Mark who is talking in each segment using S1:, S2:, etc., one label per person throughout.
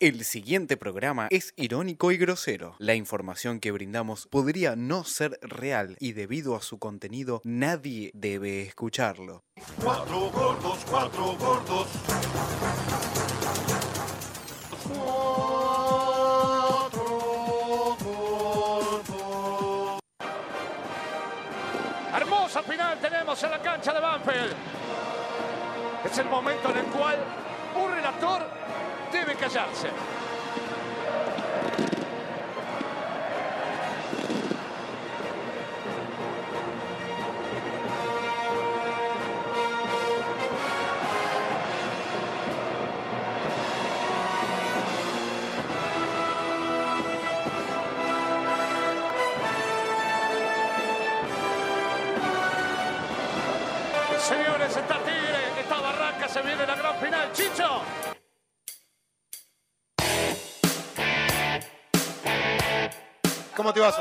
S1: El siguiente programa es irónico y grosero. La información que brindamos podría no ser real y debido a su contenido nadie debe escucharlo.
S2: Cuatro gordos, cuatro gordos. Cuatro gordos.
S3: Hermosa final tenemos en la cancha de Banfield. Es el momento en el cual un relator debe callarse. Señores, está Tigre, está Barranca, se viene la gran final. Chicho,
S4: ¿Cómo te vas?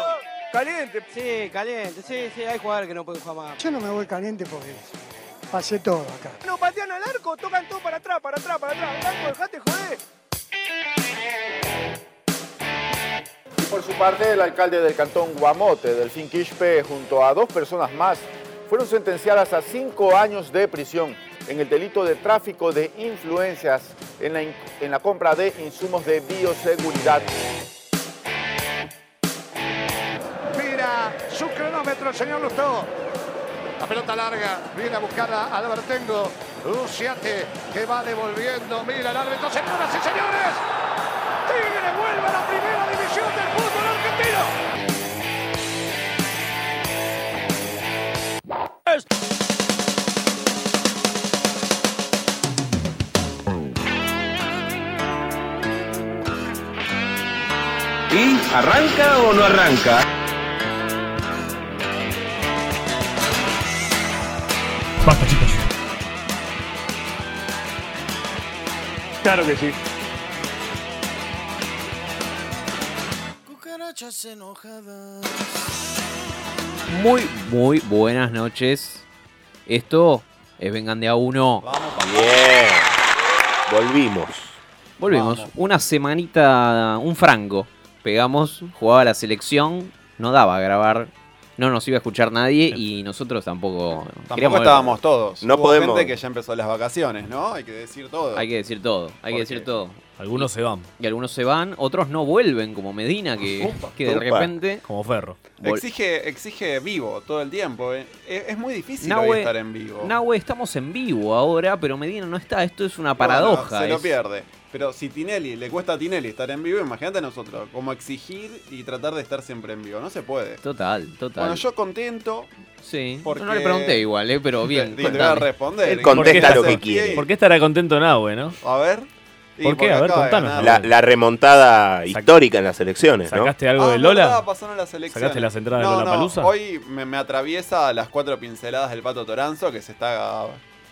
S5: Caliente. Sí, caliente. Sí, sí, hay jugadores que no pueden jugar más.
S6: Yo no me voy caliente porque pasé todo acá.
S5: No patean al arco, tocan todo para atrás, para atrás, para atrás. Blanco, dejate joder.
S7: Por su parte, el alcalde del cantón Guamote, Delfín Quispe, junto a dos personas más, fueron sentenciadas a cinco años de prisión en el delito de tráfico de influencias en la, in- en la compra de insumos de bioseguridad.
S3: mira su cronómetro, señor Lustó. La pelota larga, viene a buscarla a Albertengo. Luciate que va devolviendo, mira el árbitro, se cura, sí señores. Tigre vuelve a la primera división del fútbol argentino.
S8: ¿Y arranca o no arranca?
S9: Basta, chicos.
S10: Claro que sí.
S11: Cucarachas enojadas.
S12: Muy, muy buenas noches. Esto es Vengan de a uno.
S8: Volvimos.
S12: Volvimos. Una semanita, un franco. Pegamos, jugaba la selección, no daba a grabar. No nos iba a escuchar nadie y nosotros tampoco.
S4: Tampoco estábamos todos.
S12: No
S4: Hubo
S12: podemos.
S4: gente que ya empezó las vacaciones, ¿no? Hay que decir todo.
S12: Hay que decir todo, hay que decir todo.
S9: Algunos se van.
S12: Y algunos se van, otros no vuelven, como Medina, que, que de
S4: upa.
S12: repente.
S9: Como Ferro.
S12: Vol-
S4: Exige, exige vivo todo el tiempo. eh. Es, es muy difícil hoy
S12: Nahue-
S4: estar en vivo.
S12: Nahue, estamos en vivo ahora, pero Medina no está. Esto es una
S4: Bueno,
S12: paradoja.
S4: se lo
S12: es-
S4: pierde. Pero si Tinelli, le cuesta a Tinelli estar en vivo, imagínate a nosotros. Como exigir y tratar de estar siempre en vivo. No se puede.
S12: Total, total.
S4: Bueno, yo contento.
S12: Sí.
S4: Porque...
S12: No le pregunté igual, eh, pero bien.
S4: Te, te voy a
S12: contame.
S4: responder.
S9: ¿Por qué estará contento Nahue, no?
S4: A ver. Y
S9: ¿Por qué?
S4: porque
S9: A ver,
S4: acaba de
S9: contanos.
S4: ganar.
S8: La, la remontada histórica en las elecciones, ¿no?
S9: ¿Sacaste algo
S4: Ah,
S9: de
S4: es
S9: Lola?
S4: verdad, pasaron las elecciones.
S9: ¿Sacaste las entradas
S4: No,
S9: de Lola
S4: no,
S9: Palusa?
S4: Hoy me, me atraviesa las cuatro pinceladas del Pato Toranzo, que se está.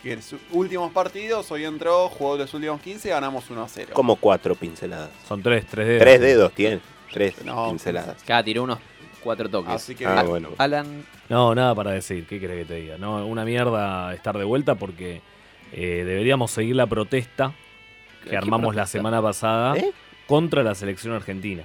S4: que en sus últimos partidos, hoy entró, jugó los últimos 15 y ganamos 1 a 0.
S8: Como cuatro pinceladas.
S9: Son tres, tres dedos.
S8: Tres dedos tiene. Tres pinceladas.
S12: Cada tiró unos cuatro toques.
S4: Así que-
S8: Ah,
S12: Al-
S8: bueno.
S12: Alan,
S9: No, nada para decir. ¿Qué crees que te diga? No, una mierda estar de vuelta porque eh, deberíamos seguir la protesta que
S12: ¿Qué
S9: armamos la
S12: protesta?
S9: semana pasada
S8: ¿Eh?
S9: contra la selección argentina.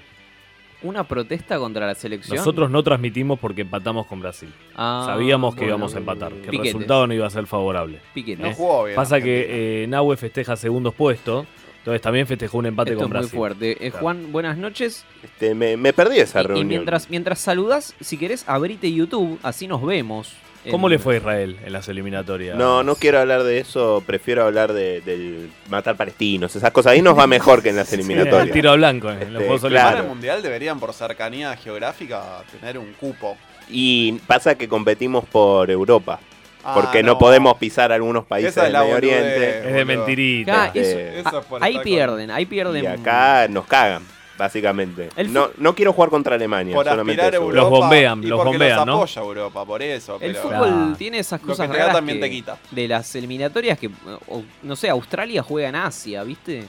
S12: una protesta contra la selección.
S9: Nosotros no transmitimos porque empatamos con Brasil.
S12: Ah,
S9: Sabíamos que
S12: bueno.
S9: íbamos a empatar, que el
S12: Piquetes.
S9: resultado no iba a ser favorable.
S12: Piquetes.
S4: No
S9: ¿Eh?
S4: jugó bien.
S9: Pasa
S4: Argentina.
S9: que eh, Nahue festeja segundos puestos, entonces también festejó un empate
S12: Esto
S9: con
S12: es muy
S9: Brasil.
S12: fuerte. Eh,
S9: Claro.
S12: Juan, buenas noches.
S8: Este, me, me perdí esa
S12: Y- Y,
S8: reunión.
S12: mientras, mientras saludas, si querés, abrite YouTube, así nos vemos. En-
S9: ¿Cómo le fue a Israel en las eliminatorias?
S8: No, no quiero hablar de eso, prefiero hablar de, del matar palestinos, esas cosas. Ahí nos va mejor que en las
S9: El tiro
S8: eliminatorias.
S9: a blanco eh. en los
S8: Este, claro.
S9: Juegos
S4: Para el
S9: Olímpicos.
S4: mundial deberían, por cercanía geográfica, tener un cupo.
S8: Y pasa que competimos por Europa,
S4: Ah,
S8: porque no. podemos pisar algunos países
S4: Esa es
S8: del
S4: la
S8: Medio
S4: boludez,
S8: Oriente.
S9: Es de
S4: boludo.
S9: mentirita.
S12: Ah, eso-
S8: Eh,
S4: Eso es
S12: ah,
S4: por
S12: ahí
S4: estar con-
S12: pierden, ahí pierden.
S8: Y acá nos cagan, básicamente.
S12: El fu-
S8: No, no quiero jugar contra Alemania,
S4: Por
S8: solamente
S4: aspirar a
S8: eso.
S4: Europa.
S9: Los bombean,
S4: y
S9: los
S4: porque
S9: bombean, ¿no?
S4: apoya Europa, por eso.
S12: El
S4: pero-
S12: fútbol
S9: Claro.
S12: tiene esas
S4: Lo que
S12: cosas
S4: te da
S12: raras
S4: también
S12: que-
S4: te quita.
S12: de las eliminatorias que, o- no sé, Australia juega en Asia, ¿viste?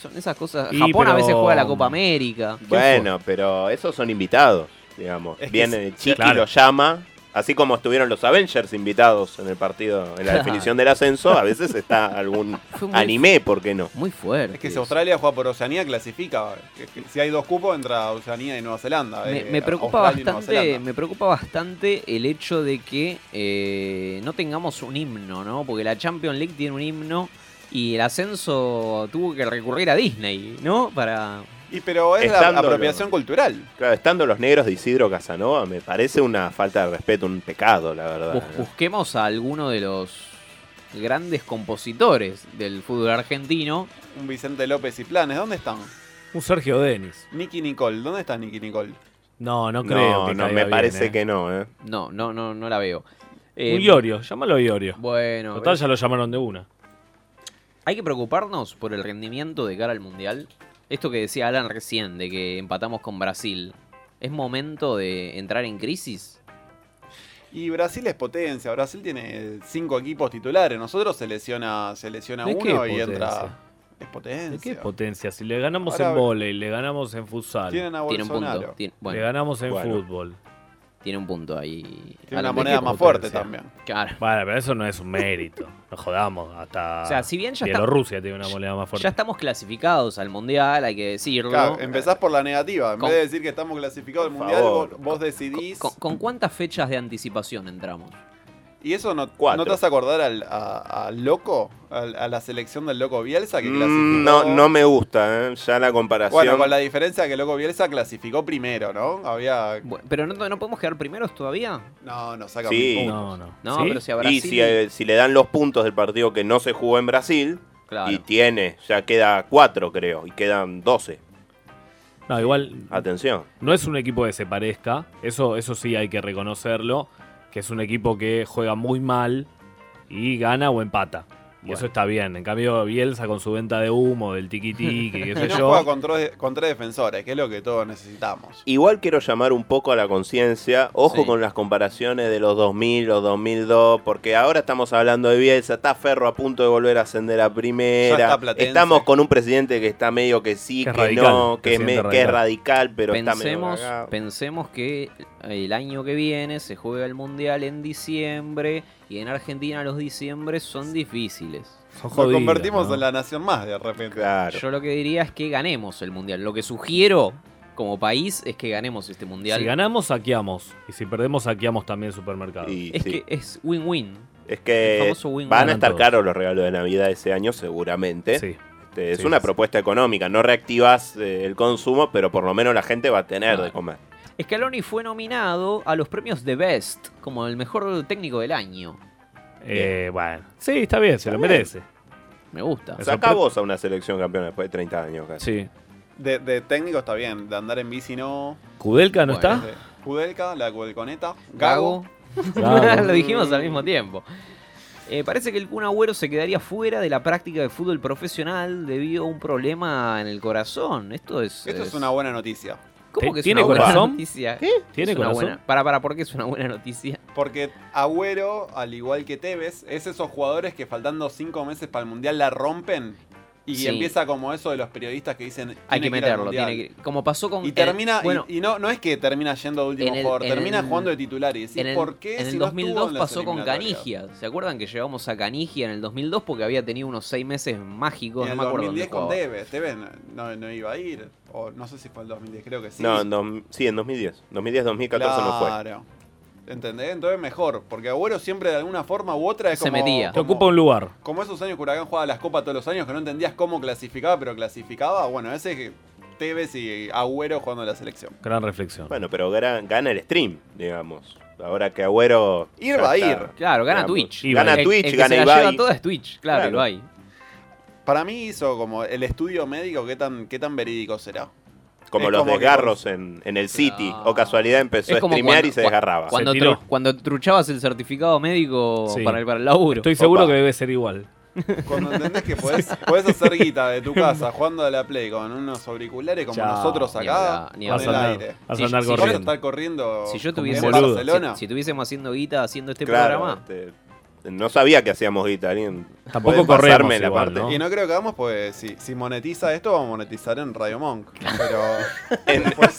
S12: Son esas cosas.
S9: Y,
S12: Japón a
S9: pero-
S12: veces juega la Copa América.
S8: Bueno, pero esos son invitados, digamos.
S4: Es que
S8: Viene
S4: sí,
S8: Chiqui,
S9: claro.
S8: lo llama, Así como estuvieron los Avengers invitados en el partido, en la
S4: Claro.
S8: definición del ascenso, a veces está algún
S4: Fue muy-
S8: anime, ¿por qué no?
S12: Muy fuerte.
S4: Es que si Australia juega por Oceanía, clasifica. Que- que Si hay dos cupos, entra Oceanía y Nueva Zelanda.
S12: Me,
S4: Eh,
S12: me preocupa
S4: Australia y Nueva
S12: bastante,
S4: Zelanda.
S12: me preocupa bastante el hecho de que eh, no tengamos un himno, ¿no? Porque la Champions League tiene un himno y el ascenso tuvo que recurrir a Disney, ¿no? Para
S4: Y pero es la
S8: Estando
S4: apropiación cultural.
S8: Claro, estando los negros de Isidro Casanova, me parece una falta de respeto, un pecado, la verdad.
S12: Bus- busquemos a alguno de los grandes compositores del fútbol argentino.
S4: Un Vicente López y Planes, ¿dónde están?
S9: Un Sergio Denis.
S4: Nicky Nicole, ¿dónde está Nicky Nicole?
S9: No, no
S8: No,
S9: creo. que
S8: no,
S9: caiga
S8: me
S9: bien,
S8: parece
S9: eh.
S8: que no, ¿eh?
S12: No, no, no, no la veo. Eh,
S9: Un Iorio, llámalo Iorio.
S12: Bueno,
S9: Total,
S12: pero-
S9: ya lo llamaron de una.
S12: ¿Hay que preocuparnos por el rendimiento de cara al Mundial? Esto que decía Alan recién, de que empatamos con Brasil. ¿Es momento de entrar en crisis?
S4: Y Brasil es potencia. Brasil tiene cinco equipos titulares. Nosotros se lesiona, se lesiona
S9: ¿De qué
S4: uno y
S9: potencia?
S4: entra. Es potencia.
S9: ¿De qué potencia? Si le ganamos
S4: Ahora-
S9: en volei, le ganamos en futsal.
S4: Tienen a
S12: Tiene un
S4: Ah, Bolsonaro.
S12: punto. Tiene- bueno.
S9: Le ganamos en
S12: Bueno.
S9: fútbol.
S12: Tiene un punto ahí.
S4: Tiene una
S12: Alan, ¿de
S4: moneda
S12: qué
S4: más
S12: potencia?
S4: fuerte también.
S12: Claro.
S9: Bueno, pero eso no es un mérito. No jodamos. Hasta
S12: O sea, si bien ya está-
S9: Bielorrusia tiene una moneda más fuerte.
S12: Ya estamos clasificados al Mundial, hay que decirlo.
S4: Claro, empezás por la negativa. En
S12: Con-
S4: vez de decir que estamos clasificados al mundial,
S12: favor.
S4: vos, vos decidís.
S12: ¿Con, con cuántas fechas de anticipación entramos?
S4: Y eso no, ¿no te vas a acordar al, a- al loco, Al- a la selección del loco Bielsa que clasificó.
S8: Mm, No, no me gusta, ¿eh? Ya la comparación.
S4: Bueno, con la diferencia que el loco Bielsa clasificó primero, ¿no? Había.
S12: Pero no, no podemos quedar primeros todavía.
S4: No, no saca
S8: Sí.
S4: mil
S8: No,
S4: puntos.
S9: no.
S12: No, pero si a Brasil-
S8: Y si, eh, si le dan los puntos del partido que no se jugó en Brasil,
S12: Claro.
S8: y tiene, ya queda 4 creo, y quedan 12.
S9: No, igual
S8: Atención.
S9: No es un equipo que se parezca, eso, eso sí hay que reconocerlo, que es un equipo que juega muy mal y gana o empata. Y eso está bien. En cambio, Bielsa con su venta de humo, del tiquití, que qué
S4: Y
S9: sé
S4: no
S9: yo.
S4: juega con tres, con tres defensores, que es lo que todos necesitamos.
S8: Igual quiero llamar un poco a la conciencia, ojo
S4: Sí.
S8: con las comparaciones de los 2000, los 2002, porque ahora estamos hablando de Bielsa, está Ferro a punto de volver a ascender a primera,
S4: Ya está Platense.
S8: estamos con un presidente que está medio que sí,
S9: Que
S8: que,
S9: es radical,
S8: no, que es, me-
S9: presidente
S8: que es
S9: radical.
S8: radical, pero
S12: pensemos,
S8: está medio...
S12: pensemos que el año que viene se juega el mundial en diciembre y en Argentina los diciembre son difíciles.
S9: Son
S4: Nos convertimos en la nación más de repente.
S12: Yo lo que diría es que ganemos el mundial. Lo que sugiero como país es que ganemos este mundial.
S9: Si ganamos, saqueamos. Y si perdemos, saqueamos también supermercados.
S12: es que es win-win.
S8: Es
S12: El
S8: que
S12: famoso win-win.
S8: van a estar
S12: Ganan
S8: caros los regalos de Navidad ese año seguramente.
S9: Sí.
S8: Este, es
S9: Sí,
S8: una
S9: sí.
S8: propuesta económica, no reactivas el consumo, pero por lo menos la gente va a tener de comer.
S12: Scaloni fue nominado a los premios The Best como el mejor técnico del año.
S9: Eh, bueno. Sí, está bien, se lo
S8: bien.
S9: merece.
S12: Me gusta.
S8: Saca vos a una selección campeona después de 30 años casi.
S9: Sí.
S4: De, de técnico está bien, de andar en bici no.
S9: ¿Kudelka no
S4: Bueno,
S9: está?
S4: de Kudelka, la Kudelconeta.
S12: Gago.
S4: Gago.
S9: Gago.
S12: lo dijimos al mismo tiempo. Eh, parece que el Kun Agüero se quedaría fuera de la práctica de fútbol profesional debido a un problema en el corazón. Esto es.
S4: Esto es una buena noticia.
S12: ¿Cómo que es
S9: ¿Tiene
S12: una buena
S9: corazón?
S12: noticia?
S9: ¿Qué? ¿Tiene
S12: Es una
S9: corazón?
S12: buena- Para, para, ¿por qué es una buena noticia?
S4: Porque Agüero, al igual que Tevez, es esos jugadores que faltando cinco meses para el Mundial la rompen. Y
S12: Sí.
S4: empieza como eso de los periodistas que dicen...
S12: Hay que
S4: "Tiene ir al
S12: meterlo.
S4: Mundial".
S12: tiene que- como pasó con.
S4: Y
S12: eh,
S4: termina, y-
S12: bueno,
S4: y, no, no es que termina yendo de último
S12: en el-
S4: jugador,
S12: en
S4: termina
S12: el-
S4: jugando de titular y decís,
S12: en el,
S4: ¿por qué
S12: en el
S4: si no estuvo
S12: 2002
S4: en las
S12: pasó con
S4: eliminatorias?
S12: Canigia. ¿Se acuerdan que llegamos a Canigia en el 2002 porque había tenido unos seis meses
S4: Y
S12: mágicos?
S4: en
S12: No
S4: el
S12: me acuerdo dónde
S4: 2010 con
S12: jugaba.
S4: Tevez, Tevez no, no- no iba a ir, o no sé si fue el 2010, creo que sí.
S8: No, en dos- sí, en 2010. 2010-2014 no fue.
S4: Claro. ¿Entendés? Entonces mejor, porque Agüero siempre de alguna forma u otra es
S9: Se
S4: como...
S9: metía. Te
S4: como-
S9: ocupa un lugar.
S4: Como esos años que Huracán jugaba las copas todos los años que no entendías cómo clasificaba, pero clasificaba, bueno, ese es Tevez y Agüero jugando en la selección.
S9: Gran reflexión.
S8: Bueno, pero gra- gana el stream, digamos. Ahora que Agüero.
S4: Ir
S8: ya
S4: va a
S8: está.
S4: ir.
S12: Claro, gana
S8: Digamos,
S12: Twitch.
S8: Gana
S12: El-
S8: Twitch,
S12: el que
S8: gana
S12: se la
S8: Ibai.
S12: lleva toda es Twitch, claro,
S8: Claro.
S12: Ibai.
S4: Para mí hizo como el estudio médico, qué tan, qué tan verídico será.
S8: Como
S4: Es
S8: los
S4: que
S8: desgarros en, en el City. O casualidad empezó a streamear y se
S12: cua-
S8: desgarraba.
S12: Cuando,
S8: Se
S12: tru- cuando truchabas el certificado médico
S9: Sí.
S12: para, el, para el laburo.
S9: Estoy seguro que debe ser igual.
S4: Cuando entendés que podés, podés hacer guita de tu casa jugando a la Play con unos auriculares como
S9: Chao.
S4: nosotros
S12: Ni
S4: acá,
S12: hablar, ni
S4: con
S9: hablar.
S4: el
S9: Vas a andar-
S4: aire.
S9: vas a
S12: Si-
S9: andar
S12: si
S4: Vas a
S9: corriendo.
S4: estar corriendo
S12: Si yo
S4: como
S12: tuviese,
S4: en
S12: si-
S4: Barcelona.
S12: Si, tuviésemos haciendo guita haciendo este
S8: Claro,
S12: programa.
S8: este, no sabía que hacíamos guita. alguien-
S9: Tampoco
S8: pueden pasarme
S9: corremos
S8: la
S9: igual,
S8: parte.
S9: ¿no?
S4: Y no creo que hagamos, pues si, si monetiza esto, vamos a monetizar en Radio Monk. Pero.
S8: En-
S4: después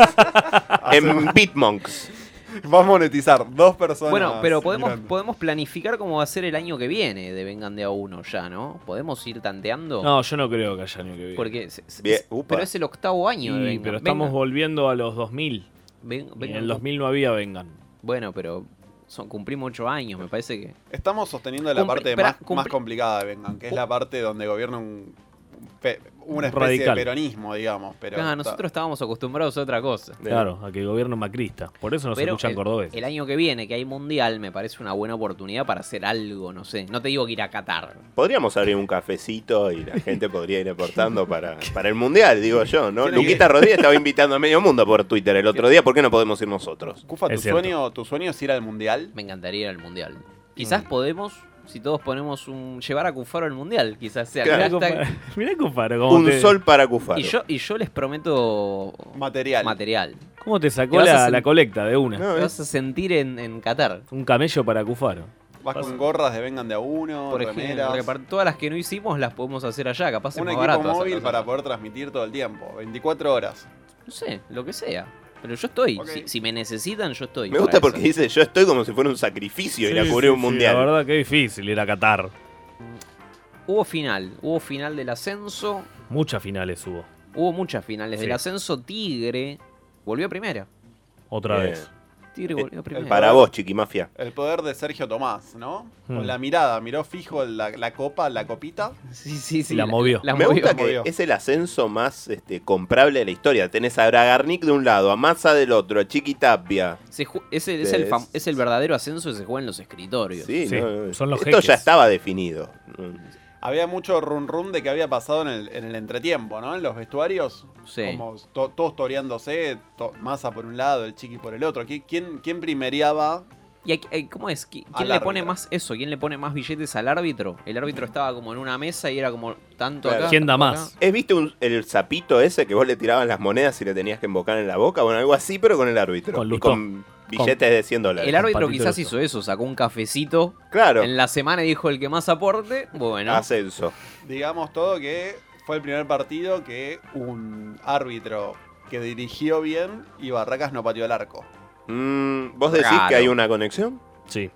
S8: En
S4: hacemos-
S8: Bitmonks.
S4: Va a monetizar dos personas.
S12: Bueno, pero podemos,
S4: mirando.
S12: podemos planificar cómo va a ser el año que viene de Vengan de a uno ya, ¿no? ¿Podemos ir tanteando?
S9: No, yo no creo que haya año que viene.
S12: Porque se- se-
S9: Bien,
S12: se-
S9: upa.
S12: pero es el octavo año. de
S9: Y,
S12: Vengan.
S9: pero estamos
S12: Vengan-
S9: volviendo a los 2000.
S12: Ven-
S9: y en
S12: vengan
S9: el
S12: con-
S9: 2000 no había Vengan.
S12: Bueno, pero son, cumplimos ocho años, me parece que.
S4: Estamos sosteniendo la
S12: Cumple-
S4: parte
S12: espera,
S4: más, más complicada de Vengan, que es la parte donde gobierna un, pe- una especie
S9: Radical.
S4: de peronismo, digamos. Pero
S12: Ah,
S4: está-
S12: nosotros estábamos acostumbrados a otra cosa.
S9: Claro, a que gobierno macrista. Por eso nos
S12: Pero
S9: escuchan
S12: el,
S9: cordobés.
S12: el año que viene, que hay mundial, me parece una buena oportunidad para hacer algo, no sé. No te digo que ir a Qatar.
S8: Podríamos abrir un cafecito y la gente podría ir aportando para, para el mundial, digo yo, ¿no?
S4: Tiene que-
S8: Luquita Rodríguez estaba invitando a medio mundo por Twitter el otro día, ¿por qué no podemos ir nosotros?
S4: Cufa, tu sueño, ¿tu sueño es ir al mundial? Mm.
S12: Me encantaría ir al mundial. Quizás podemos, si todos ponemos un. llevar a Cufaro al mundial, quizás sea el
S9: Mirá,
S12: hashtag.
S9: compa- mirá, compadre, cómo te-
S12: Y yo, y yo les prometo.
S4: material.
S12: Material.
S9: ¿Cómo te sacó
S12: Te vas a
S9: la,
S12: sen-
S9: la colecta de una?
S12: Te vas a sentir en, en Qatar.
S9: Un camello para Cufaro.
S4: Vas con gorras de Vengan de a uno,
S12: Por ejemplo,
S4: remeras.
S12: repart- todas las que no hicimos las podemos hacer allá, capaz es
S4: un
S12: más
S4: equipo
S12: barato.
S4: móvil
S12: hacerlas
S4: para
S12: allá.
S4: poder transmitir todo el tiempo, 24 horas.
S12: No sé, lo que sea. Pero yo estoy. Si, si me necesitan, yo estoy.
S8: Me gusta
S12: para
S8: porque
S12: eso.
S8: dice, yo estoy como si fuera un sacrificio ir a
S12: Sí,
S8: cubrir
S12: sí,
S8: un
S12: sí,
S8: mundial.
S9: La verdad que difícil ir a Qatar.
S12: Hubo final. Hubo final del ascenso.
S9: Muchas finales hubo.
S12: Hubo muchas finales.
S9: Sí.
S12: Del ascenso, Tigre volvió a primera.
S9: Otra
S8: Bien.
S9: vez.
S12: Tigre
S8: Eh,
S12: volvió primero.
S8: Para vos, chiquimafia.
S4: El poder de Sergio Tomás, ¿no?
S8: Hmm.
S4: Con la mirada, miró fijo la, la copa, la copita.
S12: Sí, sí,
S8: La movió. Me gusta que es el ascenso más este, comprable de la historia. Tenés a Bragarnik de un lado, a Massa del otro, a Chiqui Tapia.
S12: Se ju- es, el, es el
S8: Es-
S12: fam- es el verdadero ascenso que se juega en los escritorios.
S8: Sí, no, Esto ya estaba definido.
S4: Había mucho run run de que había pasado en el, en el entretiempo, ¿no? En los vestuarios.
S12: Sí.
S4: Como to- todos toreándose, to- Massa por un lado, el Chiqui por el otro. ¿Qui- ¿Quién, quién primereaba?
S12: ¿Y aquí- eh, cómo es? ¿Qui-
S4: Al
S12: ¿Quién le pone
S4: árbitro.
S12: más eso? ¿Quién le pone más billetes al árbitro? El árbitro estaba como en una mesa y era como tanto
S8: Claro.
S12: acá. tanto acá.
S8: ¿Es viste un- el sapito ese que vos le tirabas las monedas y le tenías que embocar en la boca? Bueno, algo así, pero con el árbitro.
S12: Con
S8: Y
S12: Lustó.
S8: con billetes de 100 dólares.
S12: El árbitro quizás hizo eso, sacó un cafecito.
S8: Claro.
S12: En la semana y dijo el que más aporte, bueno.
S8: Ascenso.
S4: Digamos todo que fue el primer partido que un árbitro que dirigió bien y Barracas no pateó el arco.
S8: Mm, ¿Vos decís
S12: Raro.
S8: que hay una conexión?
S9: Sí.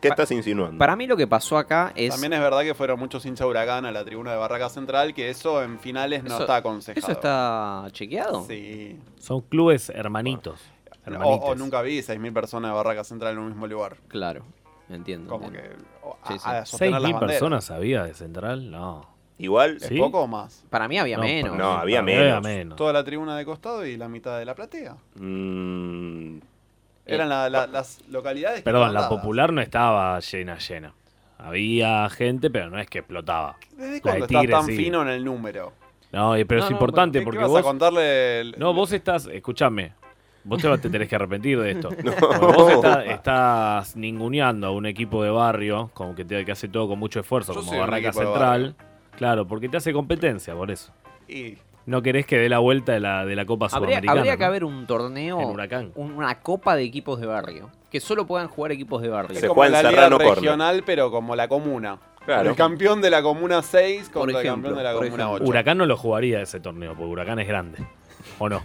S8: ¿Qué estás insinuando?
S12: Para mí lo que pasó acá es.
S4: También es verdad que fueron muchos hinchas huracán a la tribuna de Barracas Central, que eso en finales no
S12: Eso-
S4: está aconsejado.
S12: ¿Eso está chequeado?
S4: Sí.
S9: Son clubes hermanitos.
S4: O,
S9: Hermanites.
S4: o nunca vi 6.000 personas de Barracas Central en un mismo lugar.
S12: Claro, entiendo.
S4: Como que o- a,
S12: Sí, sí.
S4: a sostener las
S9: 6.000
S4: banderas.
S9: personas había de Central, no.
S8: Igual,
S4: ¿Es poco o más?
S12: Para mí había
S9: No, para-
S12: menos.
S9: no, había para mí había menos. menos.
S4: Toda la tribuna de costado y la mitad de la platea.
S8: Mm,
S12: Eh,
S4: Eran la- la- las localidades que
S9: Perdón,
S4: estaban
S9: la
S4: dadas.
S9: popular no estaba llena, llena. Había gente, pero no es que explotaba. La de
S4: ¿Desde cuándo estás
S9: Tigre
S4: tan
S9: sí.
S4: fino en el número?
S9: No, y- pero
S4: No,
S9: es
S4: no,
S9: importante
S4: ¿qué- qué
S9: porque
S4: vas a
S9: vos.
S4: contarle
S9: No, vos estás. Escúchame. Vos te, vas- te tenés que arrepentir de esto.
S4: No.
S9: Porque Vos está- estás ninguneando a un equipo de barrio, como que, te, que hace todo con mucho esfuerzo,
S4: Yo
S9: como
S4: soy un
S9: Barraca
S4: equipo de
S9: Central. Claro, porque te hace competencia, por eso.
S4: Y
S9: No querés que dé la vuelta de la, de la Copa
S12: Habría,
S9: Sudamericana.
S12: habría que
S9: ¿no?
S12: haber un torneo,
S9: En Huracán.
S12: un- una copa de equipos de barrio. Que solo puedan jugar equipos de barrio.
S4: es como la liga regional, pero como la comuna.
S9: Claro.
S4: El campeón de la comuna 6
S12: Por
S4: contra
S12: ejemplo,
S4: el campeón de la
S12: por
S4: comuna
S12: ejemplo.
S4: 8.
S9: Huracán no lo jugaría ese torneo, porque Huracán es grande. ¿O no?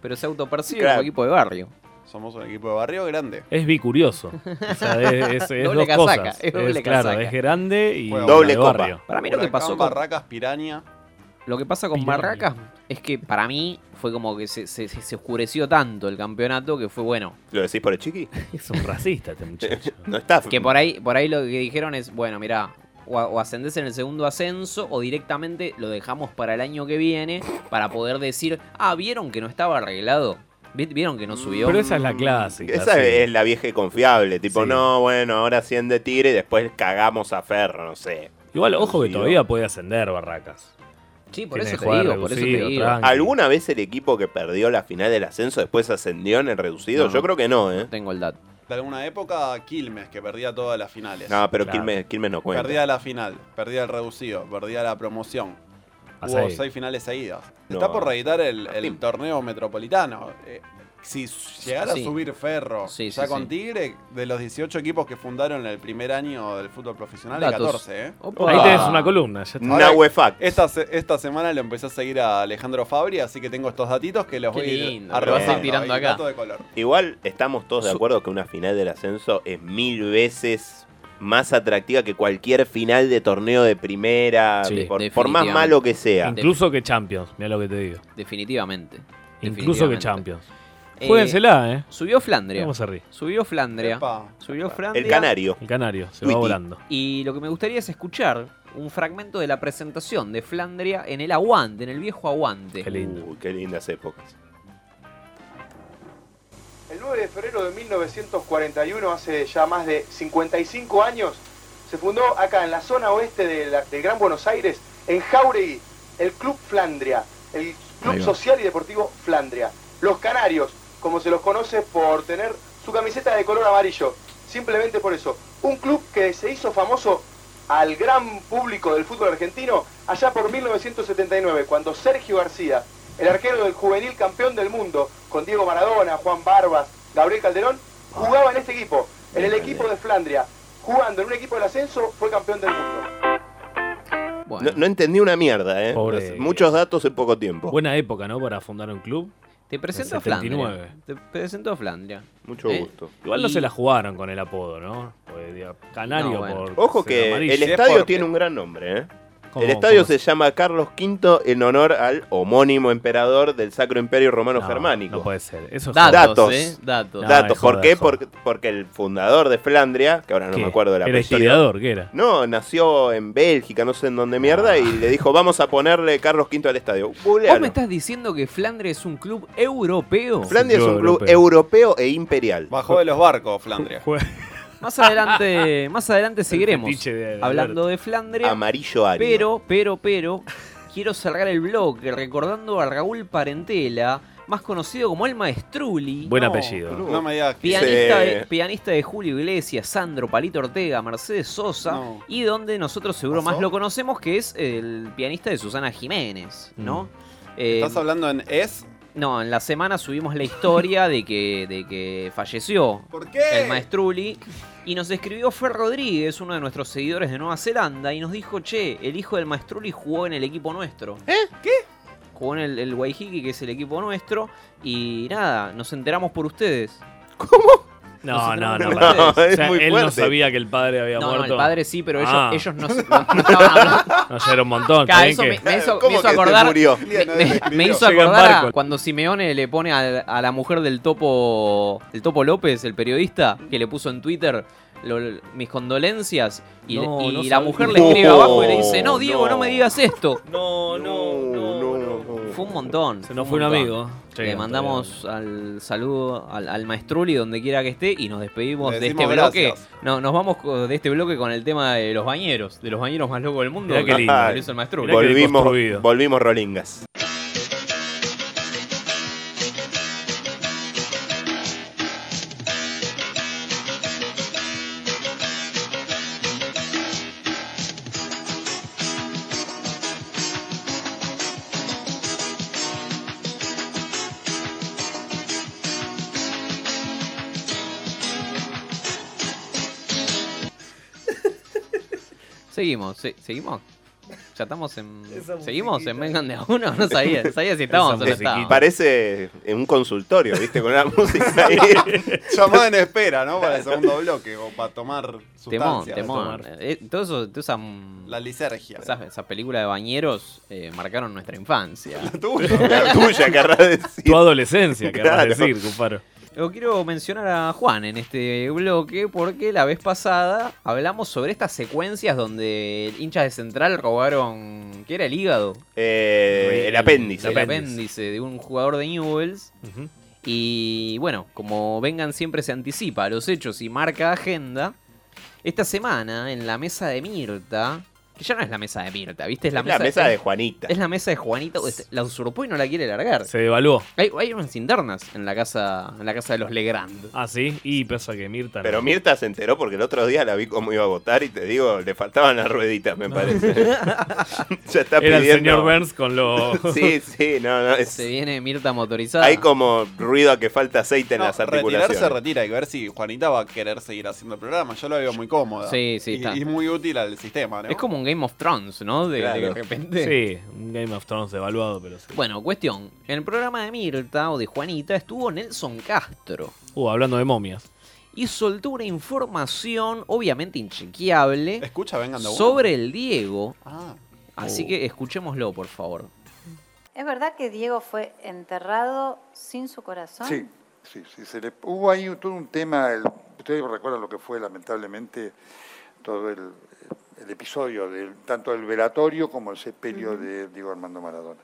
S12: Pero se autopercibe
S9: Claro.
S12: como equipo de barrio.
S4: Somos un equipo de barrio grande.
S9: Es bicurioso. O sea, es, es- es
S4: Doble
S9: dos
S4: casaca,
S9: cosas.
S4: es doble
S9: claro,
S4: casaca.
S9: es grande y
S4: Juega
S9: de barrio.
S12: Para mí lo que
S4: Huracán,
S12: pasó con,
S4: Barracas, Piraña.
S12: lo que pasa con Barracas es que para mí fue como que se, se- se- se oscureció tanto el campeonato que fue bueno.
S8: ¿Lo decís por el chiqui?
S9: Es un racista este muchacho.
S8: no está.
S12: Que por ahí, por ahí lo que dijeron es, bueno, mirá, o, a- o ascendés en el segundo ascenso o directamente lo dejamos para el año que viene para poder decir, ah, vieron que no estaba arreglado. Vi- Vieron
S8: Mm.
S12: que no subió.
S9: Pero esa es la clásica.
S8: Esa
S9: sí.
S8: es la vieja y confiable. Tipo,
S9: Sí.
S8: no, bueno, ahora asciende Tigre y después cagamos a Ferro, no sé.
S9: Igual, ojo que
S8: Reducido.
S9: todavía puede ascender Barracas.
S12: Sí, por
S9: Tiene
S12: eso te
S9: jugador
S12: digo, por eso te
S9: reducido,
S12: digo.
S9: tranqui.
S8: ¿Alguna vez el equipo que perdió la final del ascenso después ascendió en el reducido?
S12: No,
S8: Yo creo que no, ¿eh?
S12: tengo el dato.
S4: De alguna época, Quilmes, que perdía todas las finales.
S8: No, pero Quilmes, Quilmes no cuenta.
S4: Perdía la final, perdía el reducido, perdía la promoción.
S8: Ah,
S4: Hubo
S8: sí.
S4: seis finales seguidas.
S8: No.
S4: Está por reeditar el, el torneo metropolitano. Eh, si llegara
S12: Sí.
S4: a subir Ferro
S12: Sí,
S4: ya
S12: sí,
S4: con
S12: sí.
S4: Tigre, de los 18 equipos que fundaron el primer año del fútbol profesional, hay
S9: Datos.
S4: 14. ¿eh?
S9: Opa. Ahí tenés una columna, ya está.
S4: Ahora,
S9: Nahue Fact.
S4: Esta, se- esta semana lo empecé a seguir a Alejandro Fabri, así que tengo estos datitos que los
S12: Qué
S4: voy a ir
S12: lindo, lo vas a ir
S4: arrojando.
S12: tirando
S4: Hay
S12: acá.
S4: dato de color.
S8: Igual estamos todos de acuerdo que una final del ascenso es mil veces más atractiva que cualquier final de torneo de primera,
S9: Sí,
S8: por, por más
S9: definitivamente.
S8: malo que sea.
S9: Incluso que Champions, mira lo que te digo.
S12: Definitivamente.
S9: Incluso que
S12: Definitivamente.
S9: Champions.
S12: Eh,
S9: Juéguensela, eh.
S12: Subió Flandria.
S9: Vamos a reír.
S12: Subió Flandria.
S9: Epa.
S12: Subió Flandria.
S8: El canario.
S9: El canario, se va volando.
S12: Y lo que me gustaría es escuchar un fragmento de la presentación de Flandria en el aguante, en el viejo aguante. Qué
S9: lindo.
S8: Uy, qué lindas épocas.
S5: El 9 de febrero de 1941, hace ya más de 55 años, se fundó acá en la zona oeste de la- del Gran Buenos Aires, en Jauregui, el Club Flandria, el Club Social y Deportivo Flandria. Los Canarios, como se los conoce por tener su camiseta de color amarillo, simplemente por eso. Un club que se hizo famoso al gran público del fútbol argentino allá por 1979, cuando Sergio García, el arquero del juvenil campeón del mundo, con Diego Maradona, Juan Barbas, Gabriel Calderón, jugaba en este equipo, en el equipo de Flandria. Jugando en un equipo del ascenso, fue campeón del mundo.
S8: No, no entendí una mierda, ¿eh?
S9: Pobre.
S8: Muchos datos en poco tiempo.
S9: Buena época, ¿no? Para fundar un club.
S12: Te presento a
S9: 79.
S12: Flandria. Te presento a Flandria.
S8: Mucho
S12: ¿Eh?
S8: gusto.
S9: Igual no
S12: Y-
S9: se la jugaron con el apodo, ¿no? Porque, diga, Canario
S12: No, bueno.
S9: por.
S8: Ojo
S9: ser
S8: que
S9: amarillo.
S8: el estadio tiene un gran nombre, ¿eh? El estadio se llama Carlos V en honor al homónimo emperador del Sacro Imperio Romano
S9: No,
S8: Germánico.
S9: no puede ser. Eso es
S8: datos.
S9: joda.
S8: Datos.
S9: ¿eh? Datos. No,
S8: Datos.
S9: es
S8: ¿Por
S9: joda,
S8: qué?
S9: es joda.
S8: Porque, porque el fundador de Flandria, que ahora no
S9: ¿Qué?
S8: me acuerdo el
S9: Era
S8: apellido.
S9: historiador, ¿qué era?
S8: No, nació en Bélgica, no sé en dónde mierda, y le dijo, vamos a ponerle Carlos V al estadio. Uh,
S12: ¿Vos me
S8: Googlealo.
S12: estás diciendo que Flandria es un club europeo?
S8: Flandria es un club europeo e imperial.
S4: Bajó de los barcos, Flandria.
S12: Más adelante, más adelante seguiremos
S9: fetiche de Alberto.
S12: hablando de Flandria.
S8: Amarillo árido.
S12: Pero, pero, pero, quiero cerrar el bloque recordando a Raúl Parentela, más conocido como el Maestruli.
S9: Buen apellido.
S4: No me digas que-
S12: Pianista,
S4: Sí.
S12: de, pianista de Julio Iglesias, Sandro Palito Ortega, Mercedes Sosa,
S4: No.
S12: y donde nosotros seguro más
S4: ¿Pasó?
S12: lo conocemos, que es el pianista de Susana Jiménez, ¿no?
S4: Mm.
S12: Eh,
S4: ¿Estás hablando en es?
S12: no, en la semana subimos la historia de que, de que falleció el maestruli. Y nos escribió Fer Rodríguez, uno de nuestros seguidores de Nueva Zelanda, y nos dijo, che, el hijo del maestruli jugó en el equipo nuestro.
S8: ¿Eh?
S12: ¿Qué? Jugó en el, el Waiheke, que es el equipo nuestro. Y nada, nos enteramos por ustedes.
S9: No, no, no.
S12: No,
S9: pará.
S12: es
S9: O sea,
S12: muy
S9: él no
S12: fuerte.
S9: sabía que el padre había
S12: No, no,
S9: muerto.
S12: el padre sí, pero ellos-
S9: Ah.
S12: ellos no se- no- no estaban hablando.
S9: No, ya era un montón.
S12: Claro,
S9: está bien
S12: eso
S9: que-
S12: me, me hizo, me hizo acordar, me- me- me hizo
S9: Llega en
S12: acordar a
S9: barco.
S12: cuando Simeone le pone a, a la mujer del topo, el topo López, el periodista, que le puso en Twitter lo- lo- mis condolencias y,
S9: No,
S12: y
S9: no
S12: la
S9: sabía.
S12: mujer le
S9: No,
S12: escribe abajo y le dice, no, Diego, no,
S9: no.
S12: me digas esto.
S9: No, no, no.
S12: Fue un montón. Se
S9: nos fue un amigo.
S12: Le
S9: Llega,
S12: mandamos al saludo al, al maestruli donde quiera que esté y nos despedimos
S9: Le
S12: de este
S9: decimos
S12: bloque.
S9: gracias.
S12: No, nos vamos co- de este bloque con el tema de los bañeros, de los bañeros más locos del mundo.
S8: Mirá qué
S12: que
S8: lindo.
S12: lo hizo el maestruli.
S8: volvimos, volvimos Rolingas.
S12: Seguimos, se- seguimos. Ya estamos en. ¿Seguimos en Vengan de a uno? No sabía, sabía si estábamos o no estábamos.
S8: Parece en un consultorio, ¿viste? Con la música ahí.
S4: Llamada en espera, ¿no? Para el segundo bloque o para tomar
S12: Temón,
S4: sustancias.
S12: temón. Eh, todo eso, toda esa, mm,
S4: La lisergia.
S12: esas, esas películas de bañeros eh, marcaron nuestra infancia. La
S4: tuya,
S9: la tuya, querrás decir. Tu adolescencia, querrás Claro. decir, Cufaro.
S12: Lo quiero mencionar a Juan en este bloque porque la vez pasada hablamos sobre estas secuencias donde hinchas de Central robaron. ¿Qué era el hígado?
S8: Eh, el apéndice.
S12: El apéndice de un jugador de Newells. Y bueno, como vengan siempre se anticipa a los hechos y marca agenda. Esta semana en la mesa de Mirta Que ya no es la mesa de Mirta, ¿viste? Es la,
S8: Es la mesa de Juanita.
S12: Es la mesa de Juanita. es- La usurpó y no la quiere largar.
S9: Se devaluó.
S12: Hay, hay unas internas en la casa en la casa de los Legrand.
S9: Ah, sí. Y pesa que Mirta.
S8: Pero Mirta se enteró porque el otro día la vi cómo iba a votar y te digo, le faltaban las rueditas, me parece. ya está
S9: Era el
S8: pidiendo-
S9: señor Burns con los.
S8: sí, sí, no, no. es-
S12: Se viene Mirta motorizada.
S8: Hay como ruido a que falta aceite en las
S4: Retirarse
S8: articulaciones.
S4: retira y ver si Juanita va a querer seguir haciendo el programa. Yo lo veo muy cómoda.
S12: Sí, sí,
S4: Y-
S12: está.
S4: Y, muy útil al sistema, ¿no?
S12: Es como un Game of Thrones, ¿no? De, de
S4: Claro.
S12: repente.
S9: Sí, un Game of Thrones devaluado, pero sí.
S12: Bueno, cuestión. En el programa de Mirta o de Juanita estuvo Nelson Castro.
S9: Uh, hablando de momias.
S12: y soltó una información, obviamente inchequeable,
S4: Escucha, vengan de uno.
S12: sobre el Diego.
S4: Ah.
S12: Así
S9: Uh.
S4: Oh.
S12: que escuchémoslo, por favor.
S11: ¿Es verdad que Diego fue enterrado sin su corazón?
S13: Sí, sí, sí. Se le, hubo ahí un- todo un tema, el- ustedes recuerdan lo que fue lamentablemente todo el, el episodio, del, tanto del velatorio como el sepelio
S14: Ujú.
S13: de Diego Armando Maradona.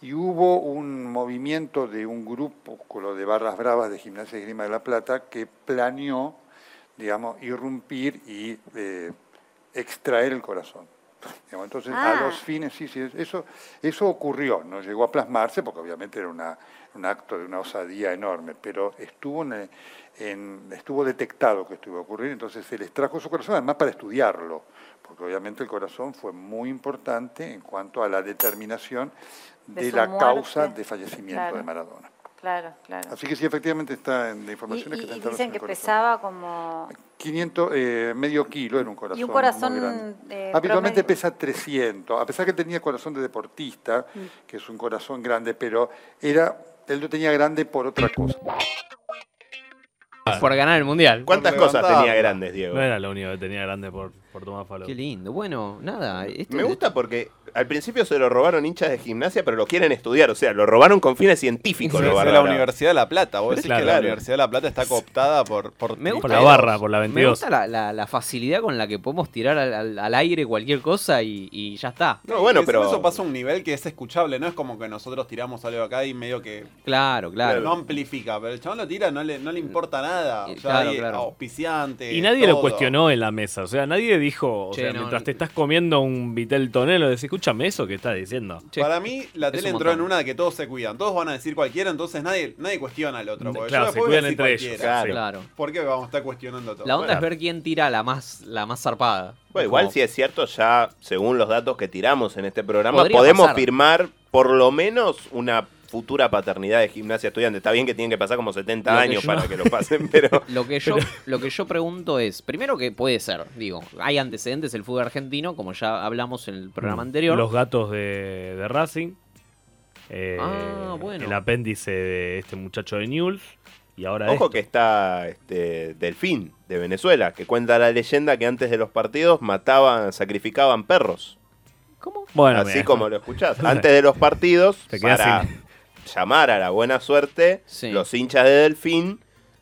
S13: Y hubo un movimiento de un grupúsculo de barras bravas de Gimnasia y Grima de la Plata que planeó, digamos, irrumpir y eh, extraer el corazón. Digamos, Entonces,
S14: Ah.
S13: a los fines, sí, sí, eso, eso ocurrió, no llegó a plasmarse porque obviamente era una, un acto de una osadía enorme, pero estuvo, en, en- estuvo detectado que estuvo a ocurrir, entonces se les trajo su corazón, además para estudiarlo, porque obviamente el corazón fue muy importante en cuanto a la determinación
S11: De
S13: de,
S11: su
S13: la
S11: muerte.
S13: causa de fallecimiento
S11: Claro.
S13: de Maradona.
S11: Claro, claro.
S13: Así que sí, efectivamente está en la
S11: Y,
S13: información es
S11: y-
S13: que
S11: y
S13: está enterrado en
S11: dicen
S13: el
S11: que
S13: corazón.
S11: pesaba como...
S13: 500, eh, medio kilo en un corazón.
S11: Y un
S13: muy grande. Ah,
S11: corazón... eh,
S13: Habitualmente
S11: promedio.
S13: pesa 300, a pesar que tenía corazón de deportista, que es un corazón grande, pero era, él lo tenía grande por otra cosa.
S9: Ah.
S12: Por ganar el mundial.
S8: ¿Cuántas cosas tenía grandes, Diego?
S9: No era lo único que tenía grande por, por Tomás Falo.
S12: Qué lindo. Bueno, nada. esto-
S8: Me gusta porque al principio se lo robaron hinchas de gimnasia, pero lo quieren estudiar. O sea, lo robaron con fines científicos.
S4: Sí,
S8: lo
S4: es de la
S8: bárbaro.
S4: Universidad de La Plata. Vos
S8: Pero
S4: decís
S8: claro.
S4: que la Universidad de La Plata está cooptada por, por,
S12: Me gusta
S4: por la
S12: esto.
S4: barra, por la
S12: Me
S4: 22.
S12: gusta la, la- la facilidad con la que podemos tirar al, al- al aire cualquier cosa y, y ya está.
S4: No, y encima Eso pasa a un nivel que es escuchable, no es como que nosotros tiramos algo acá y medio que.
S12: Claro, claro.
S4: No amplifica, pero el chabón lo tira, no le, no le importa nada. O sea,
S12: claro,
S4: hay
S12: claro.
S4: auspiciante.
S9: Y nadie lo
S4: todo.
S9: cuestionó en la mesa. O sea, nadie dijo. O
S4: Che,
S9: sea,
S4: no,
S9: mientras te estás comiendo un vitel tonelo, decís, escúchame eso que estás diciendo.
S4: Para mí, la
S9: Es
S4: tele
S9: un
S4: entró en
S9: montón.
S4: una de que todos se cuidan. Todos van a decir cualquiera, entonces nadie, nadie cuestiona al otro. Porque
S9: Claro,
S4: yo
S9: se
S4: después voy a
S9: cuidan
S4: decir
S9: entre ellos,
S4: cualquiera.
S9: sí.
S12: Claro.
S4: ¿Por qué vamos a estar cuestionando todo?
S12: La onda es ver quién tira la más, la más zarpada.
S8: Bueno, Pues igual
S12: Como-
S8: si es cierto, ya según los datos que tiramos en este programa,
S12: Podría
S8: podemos
S12: pasar.
S8: firmar por lo menos una futura paternidad de gimnasia estudiante. Está bien que tienen que pasar como 70
S12: Lo que
S8: años
S12: yo-
S8: para que lo pasen, pero...
S12: Lo que, yo, lo que yo pregunto es, primero que puede ser, digo, hay antecedentes del fútbol argentino, como ya hablamos en el programa
S4: Mm,
S12: anterior.
S9: Los gatos de, de Racing. eh,
S12: Ah, bueno.
S9: El apéndice de este muchacho de Newell's. Y ahora
S8: Ojo
S9: esto.
S8: que está este, Delfín de Venezuela, que cuenta la leyenda que antes de los partidos mataban, sacrificaban perros.
S12: ¿Cómo?
S9: Bueno,
S8: Así
S9: mira.
S8: como lo escuchás. Antes de los partidos,
S9: Te quedás
S8: para llamar a la buena suerte, los hinchas de Delfín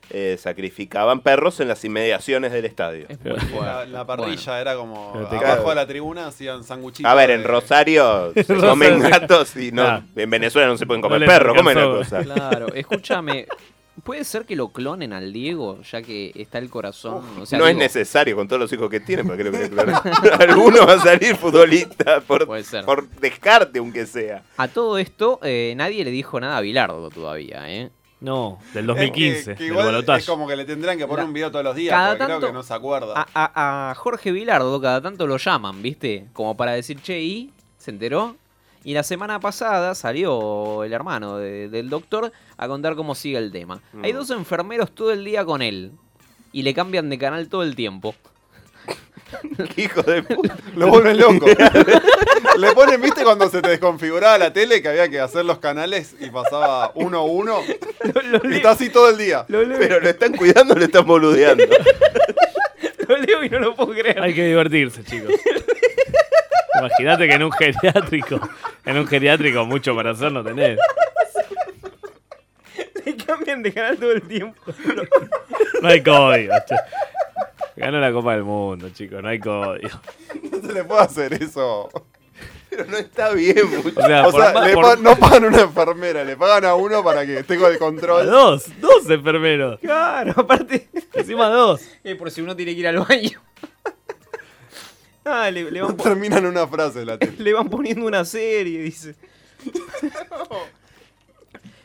S8: eh, sacrificaban perros en las inmediaciones del estadio.
S4: La, la parrilla era como
S8: Pero te
S4: abajo
S8: cago.
S4: de la tribuna hacían sanguchitos.
S8: A ver, en
S4: de-
S8: Rosario se
S4: Rosario.
S8: comen gatos y no,
S4: Nah.
S8: en Venezuela no se pueden
S4: Ah. No
S8: comer
S4: les
S8: perros. ¿Cómo es la
S4: alcanzó.
S8: cosa?
S12: Claro, escúchame, puede ser que lo clonen al Diego, ya que está el corazón. o sea,
S8: no
S12: digo,
S8: es necesario con todos los hijos que tienen para que lo quieran clonar. Alguno va a salir futbolista por, por descarte, aunque sea.
S12: A todo esto, eh, nadie le dijo nada a Bilardo todavía, ¿eh?
S9: No, del
S4: Es que- que igual Es como que le tendrían que
S12: La-
S4: poner un video todos los días,
S12: cada
S4: porque creo
S12: tanto-
S4: que no se acuerda.
S12: A, a- a Jorge Bilardo cada tanto lo llaman, ¿viste? Como para decir, che, ¿y? ¿Se enteró? Y la semana pasada salió el hermano de- del doctor a contar cómo sigue el tema.
S15: Mm.
S12: Hay dos enfermeros todo el día con él. Y le cambian de canal todo el tiempo.
S8: Hijo de
S4: Lo vuelven loco. Le ponen, viste, cuando se te desconfiguraba la tele que había que hacer los canales y pasaba uno a uno. y está así todo el día.
S8: Pero lo están cuidando o lo están boludeando.
S12: Lo leo y no lo puedo creer.
S9: Hay que divertirse, chicos. Imagínate que en un geriátrico, en un geriátrico mucho para hacer no tenés.
S12: Le cambian de canal todo el tiempo.
S9: No hay código. che. Ganó la Copa del Mundo, chicos, no hay código.
S4: No se le puede hacer eso.
S8: Pero no está bien, mucho.
S9: O sea,
S4: O sea,
S9: por-
S4: le
S9: por-
S4: pa- no pagan una enfermera, le pagan a uno para que tenga el control.
S9: Dos, dos enfermeros.
S12: Claro, aparte.
S9: Encima dos.
S12: Eh, por si uno tiene que ir al baño. Ah, le, le van
S4: No terminan una frase la tele.
S12: Le van poniendo una serie, dice.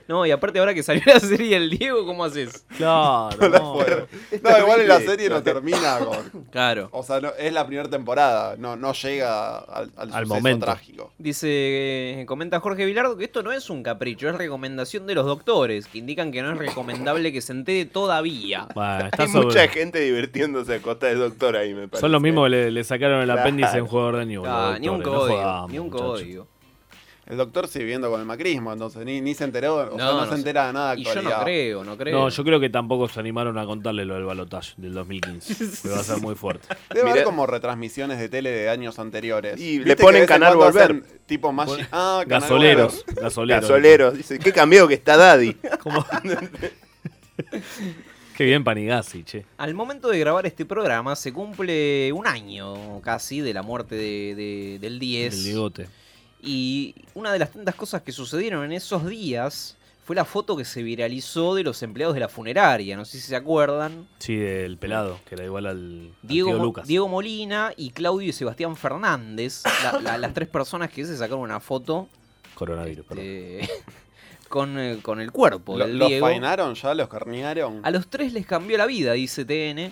S12: No, y aparte ahora que salió la serie del Diego, ¿cómo haces? Ah,
S9: Claro.
S4: No, la puedo. No, igual en la serie no termina con.
S12: Claro.
S4: O sea, no- es la primera temporada. No, no llega al, al, suceso
S9: momento.
S4: trágico.
S12: Dice, eh, comenta Jorge Vilardo que esto no es un capricho, es recomendación de los doctores, que indican que no es recomendable que se entere todavía.
S9: está
S8: Hay
S9: sobre-
S8: mucha gente divirtiéndose a costa del doctor ahí, me parece.
S9: Son los mismos que le, le sacaron el
S8: Claro.
S9: apéndice en jugador de New. los
S12: Ah, ni un
S9: doctores, no
S12: código,
S9: jodamos,
S12: ni un
S9: muchachos.
S12: código.
S4: El doctor sigue viviendo con el macrismo, entonces ni, ni se enteró. O
S12: No,
S4: sea, no,
S12: no
S4: se
S12: sé.
S4: entera de nada. de
S12: Y yo no
S4: actualidad.
S12: creo, no creo.
S9: No, yo creo que tampoco se animaron a contarle lo del balotaje del 2015. que va a ser muy fuerte.
S4: Debe haber
S9: Mirá.
S4: como retransmisiones de tele de años anteriores.
S8: Y
S4: Viste
S8: le
S4: que
S8: ponen
S4: de vez en
S8: Canal
S4: cuando
S8: Volver.
S4: hacen Tipo Maggi- Ah, Canal
S9: Gasoleros,
S4: Volver.
S9: gasoleros.
S8: Gasoleros. Dice, qué cameo que está Daddy.
S9: Qué bien Panigasi, che.
S12: Al momento de grabar este programa se cumple un año casi de la muerte de- de- del 10.
S9: El bigote.
S12: Y una de las tantas cosas que sucedieron en esos días fue la foto que se viralizó de los empleados de la funeraria. No sé si se acuerdan.
S9: Sí, del pelado, que era igual al, al
S12: Diego,
S9: tío
S12: Mo-
S9: Lucas.
S12: Diego Molina y Claudio y Sebastián Fernández, la- la- las tres personas que se sacaron una foto
S9: Coronavirus,
S12: eh, con, eh, con el cuerpo
S4: Lo-
S12: del
S4: ¿Los
S12: Diego.
S4: fainaron ya? ¿Los carnearon?
S12: A los tres les cambió la vida, dice TN.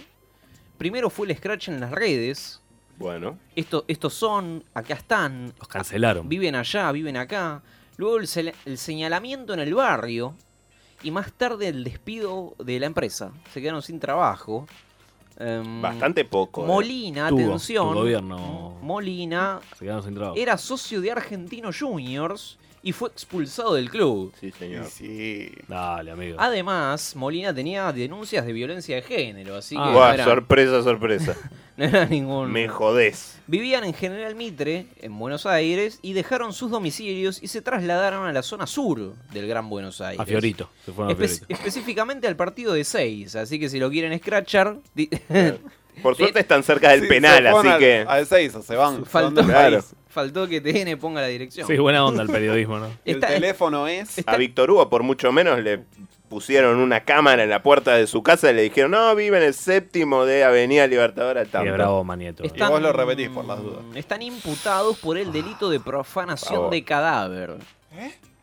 S12: Primero fue el scratch en las redes.
S8: Bueno.
S12: Esto, estos son, acá están.
S9: Los cancelaron.
S12: Viven allá, viven acá. Luego el, sele- el señalamiento en el barrio. Y más tarde el despido de la empresa. Se quedaron sin trabajo. Em,
S8: Bastante poco. eh.
S12: Molina,
S9: Tuvo,
S12: atención.
S9: tu gobierno.
S12: Molina
S9: Se quedaron sin trabajo.
S12: era socio de Argentino Juniors y fue expulsado del club.
S8: Sí, señor.
S4: Sí.
S9: Dale, amigo.
S12: Ah, Además, Molina tenía denuncias de violencia de género, así que.
S8: Ah.
S12: no
S8: Buah,
S12: era-
S8: sorpresa, sorpresa.
S12: no era ningún.
S8: Me jodés.
S12: Vivían en General Mitre, en Buenos Aires, y dejaron sus domicilios y se trasladaron a la zona sur del Gran Buenos Aires.
S9: A Fiorito. Se fueron a
S12: Espe-
S9: Fiorito.
S12: específicamente al partido de 6, así que si lo quieren escrachar. di-
S8: Por suerte están cerca del
S4: Sí,
S8: penal,
S4: se
S8: así
S4: fueron al-
S8: que.
S4: Al 6 se van.
S12: Faltó,
S4: Son del país.
S12: faltó que TN ponga la dirección.
S9: Sí, buena onda el periodismo, ¿no?
S4: El
S12: Está-
S4: teléfono es.
S8: A Víctor Hugo, por mucho menos, le pusieron una cámara en la puerta de su casa y le dijeron, no, vive en el séptimo de Avenida Libertadora. Tanto.
S9: Qué bravo, Manieto.
S4: Y vos lo repetís por las dudas.
S12: Están imputados por el delito de profanación
S8: favor.
S12: de cadáver.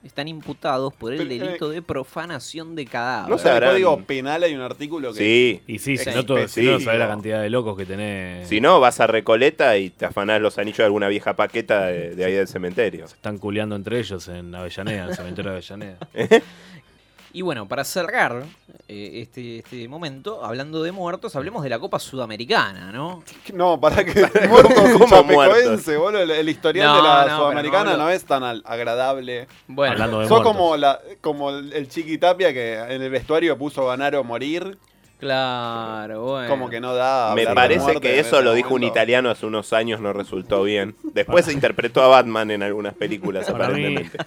S12: Están imputados por el
S4: ¿Eh? Pero, eh,
S12: delito de profanación de cadáver.
S8: No
S4: En el
S8: sabrán.
S4: código penal hay un artículo que.
S8: Sí.
S9: Y sí, si
S12: Sí.
S9: no, todo, si no
S8: Sí.
S9: sabés la cantidad de locos que tenés.
S8: Si no, vas a Recoleta y te afanás los anillos de alguna vieja paqueta de, de ahí del cementerio.
S9: Están culeando entre ellos en Avellaneda, en el cementerio de Avellaneda.
S12: Y bueno, para cerrar eh, este, este momento, hablando de muertos, hablemos de la Copa Sudamericana, ¿no?
S4: No, para que. muertos
S8: ¿Cómo
S4: chapecoense, boludo. El, el historial
S12: No,
S4: de la
S12: no, pero
S4: Sudamericana
S12: no,
S4: no,
S12: boludo.
S4: es tan al- agradable.
S12: Bueno,
S9: Hablando de
S4: Sos
S9: muertos.
S4: como, la, como el, el Chiqui Tapia que en el vestuario puso ganar o morir.
S12: claro, bueno.
S4: Como que no da.
S8: Me
S4: hablar de
S8: parece
S4: muerte en
S8: que eso
S4: este
S8: lo dijo un
S4: momento.
S8: italiano hace unos años, no resultó bien. Después se interpretó a Batman en algunas películas,
S9: Para mí-
S8: aparentemente.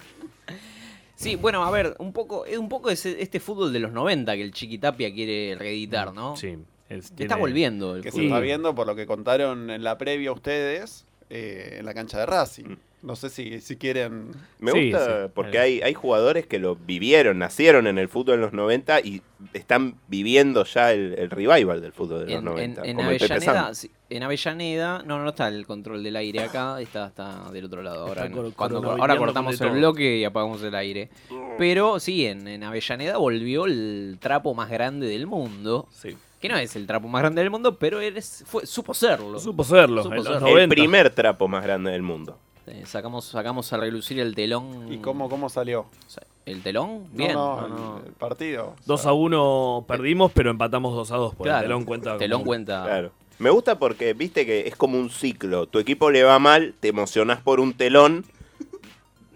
S12: Sí, bueno, a ver, un poco, es un poco ese- este fútbol de los 90 que el Chiquitapia quiere reeditar, ¿no?
S9: Sí. es-
S12: Está
S9: tiene-
S12: volviendo el
S4: Que se
S12: fútbol.
S4: está viendo por lo que contaron en la previa ustedes eh, en la cancha de Racing. No sé si, si quieren.
S8: Mm. Me
S9: Sí,
S8: gusta
S9: sí. eh.
S8: porque hay, hay jugadores que lo vivieron, nacieron en el fútbol en los 90 y están viviendo ya el, el revival del fútbol de los
S12: En,
S8: 90.
S12: en- en
S8: como el Pepe
S12: Avellaneda,
S8: Sam.
S12: sí, en Avellaneda, no, no está el control del aire acá, está, está del otro lado. Ahora,
S9: Está cor-
S12: cuando-
S9: coronavirando
S12: ahora
S9: con
S12: cortamos
S9: de
S12: el
S9: todo.
S12: bloque y apagamos el aire. Pero sí, en, en Avellaneda volvió el trapo más grande del mundo.
S9: Sí.
S12: Que no es el trapo más grande del mundo, pero eres, fue, supo serlo.
S9: Supo serlo.
S12: Supo
S9: en los
S12: serlo.
S8: El
S9: 90.
S8: primer trapo más grande del mundo.
S12: Eh, sacamos, sacamos a relucir el telón.
S4: ¿Y cómo, cómo salió?
S12: ¿El telón?
S4: No,
S12: Bien.
S4: no,
S12: no, no.
S4: el- el partido.
S9: 2 a 1 perdimos, pero empatamos 2 a 2. Porque
S12: Claro,
S9: el telón cuenta.
S12: telón
S9: como-
S12: cuenta.
S8: Claro. Me gusta porque viste que es como un ciclo. Tu equipo le va mal, te emocionás por un telón,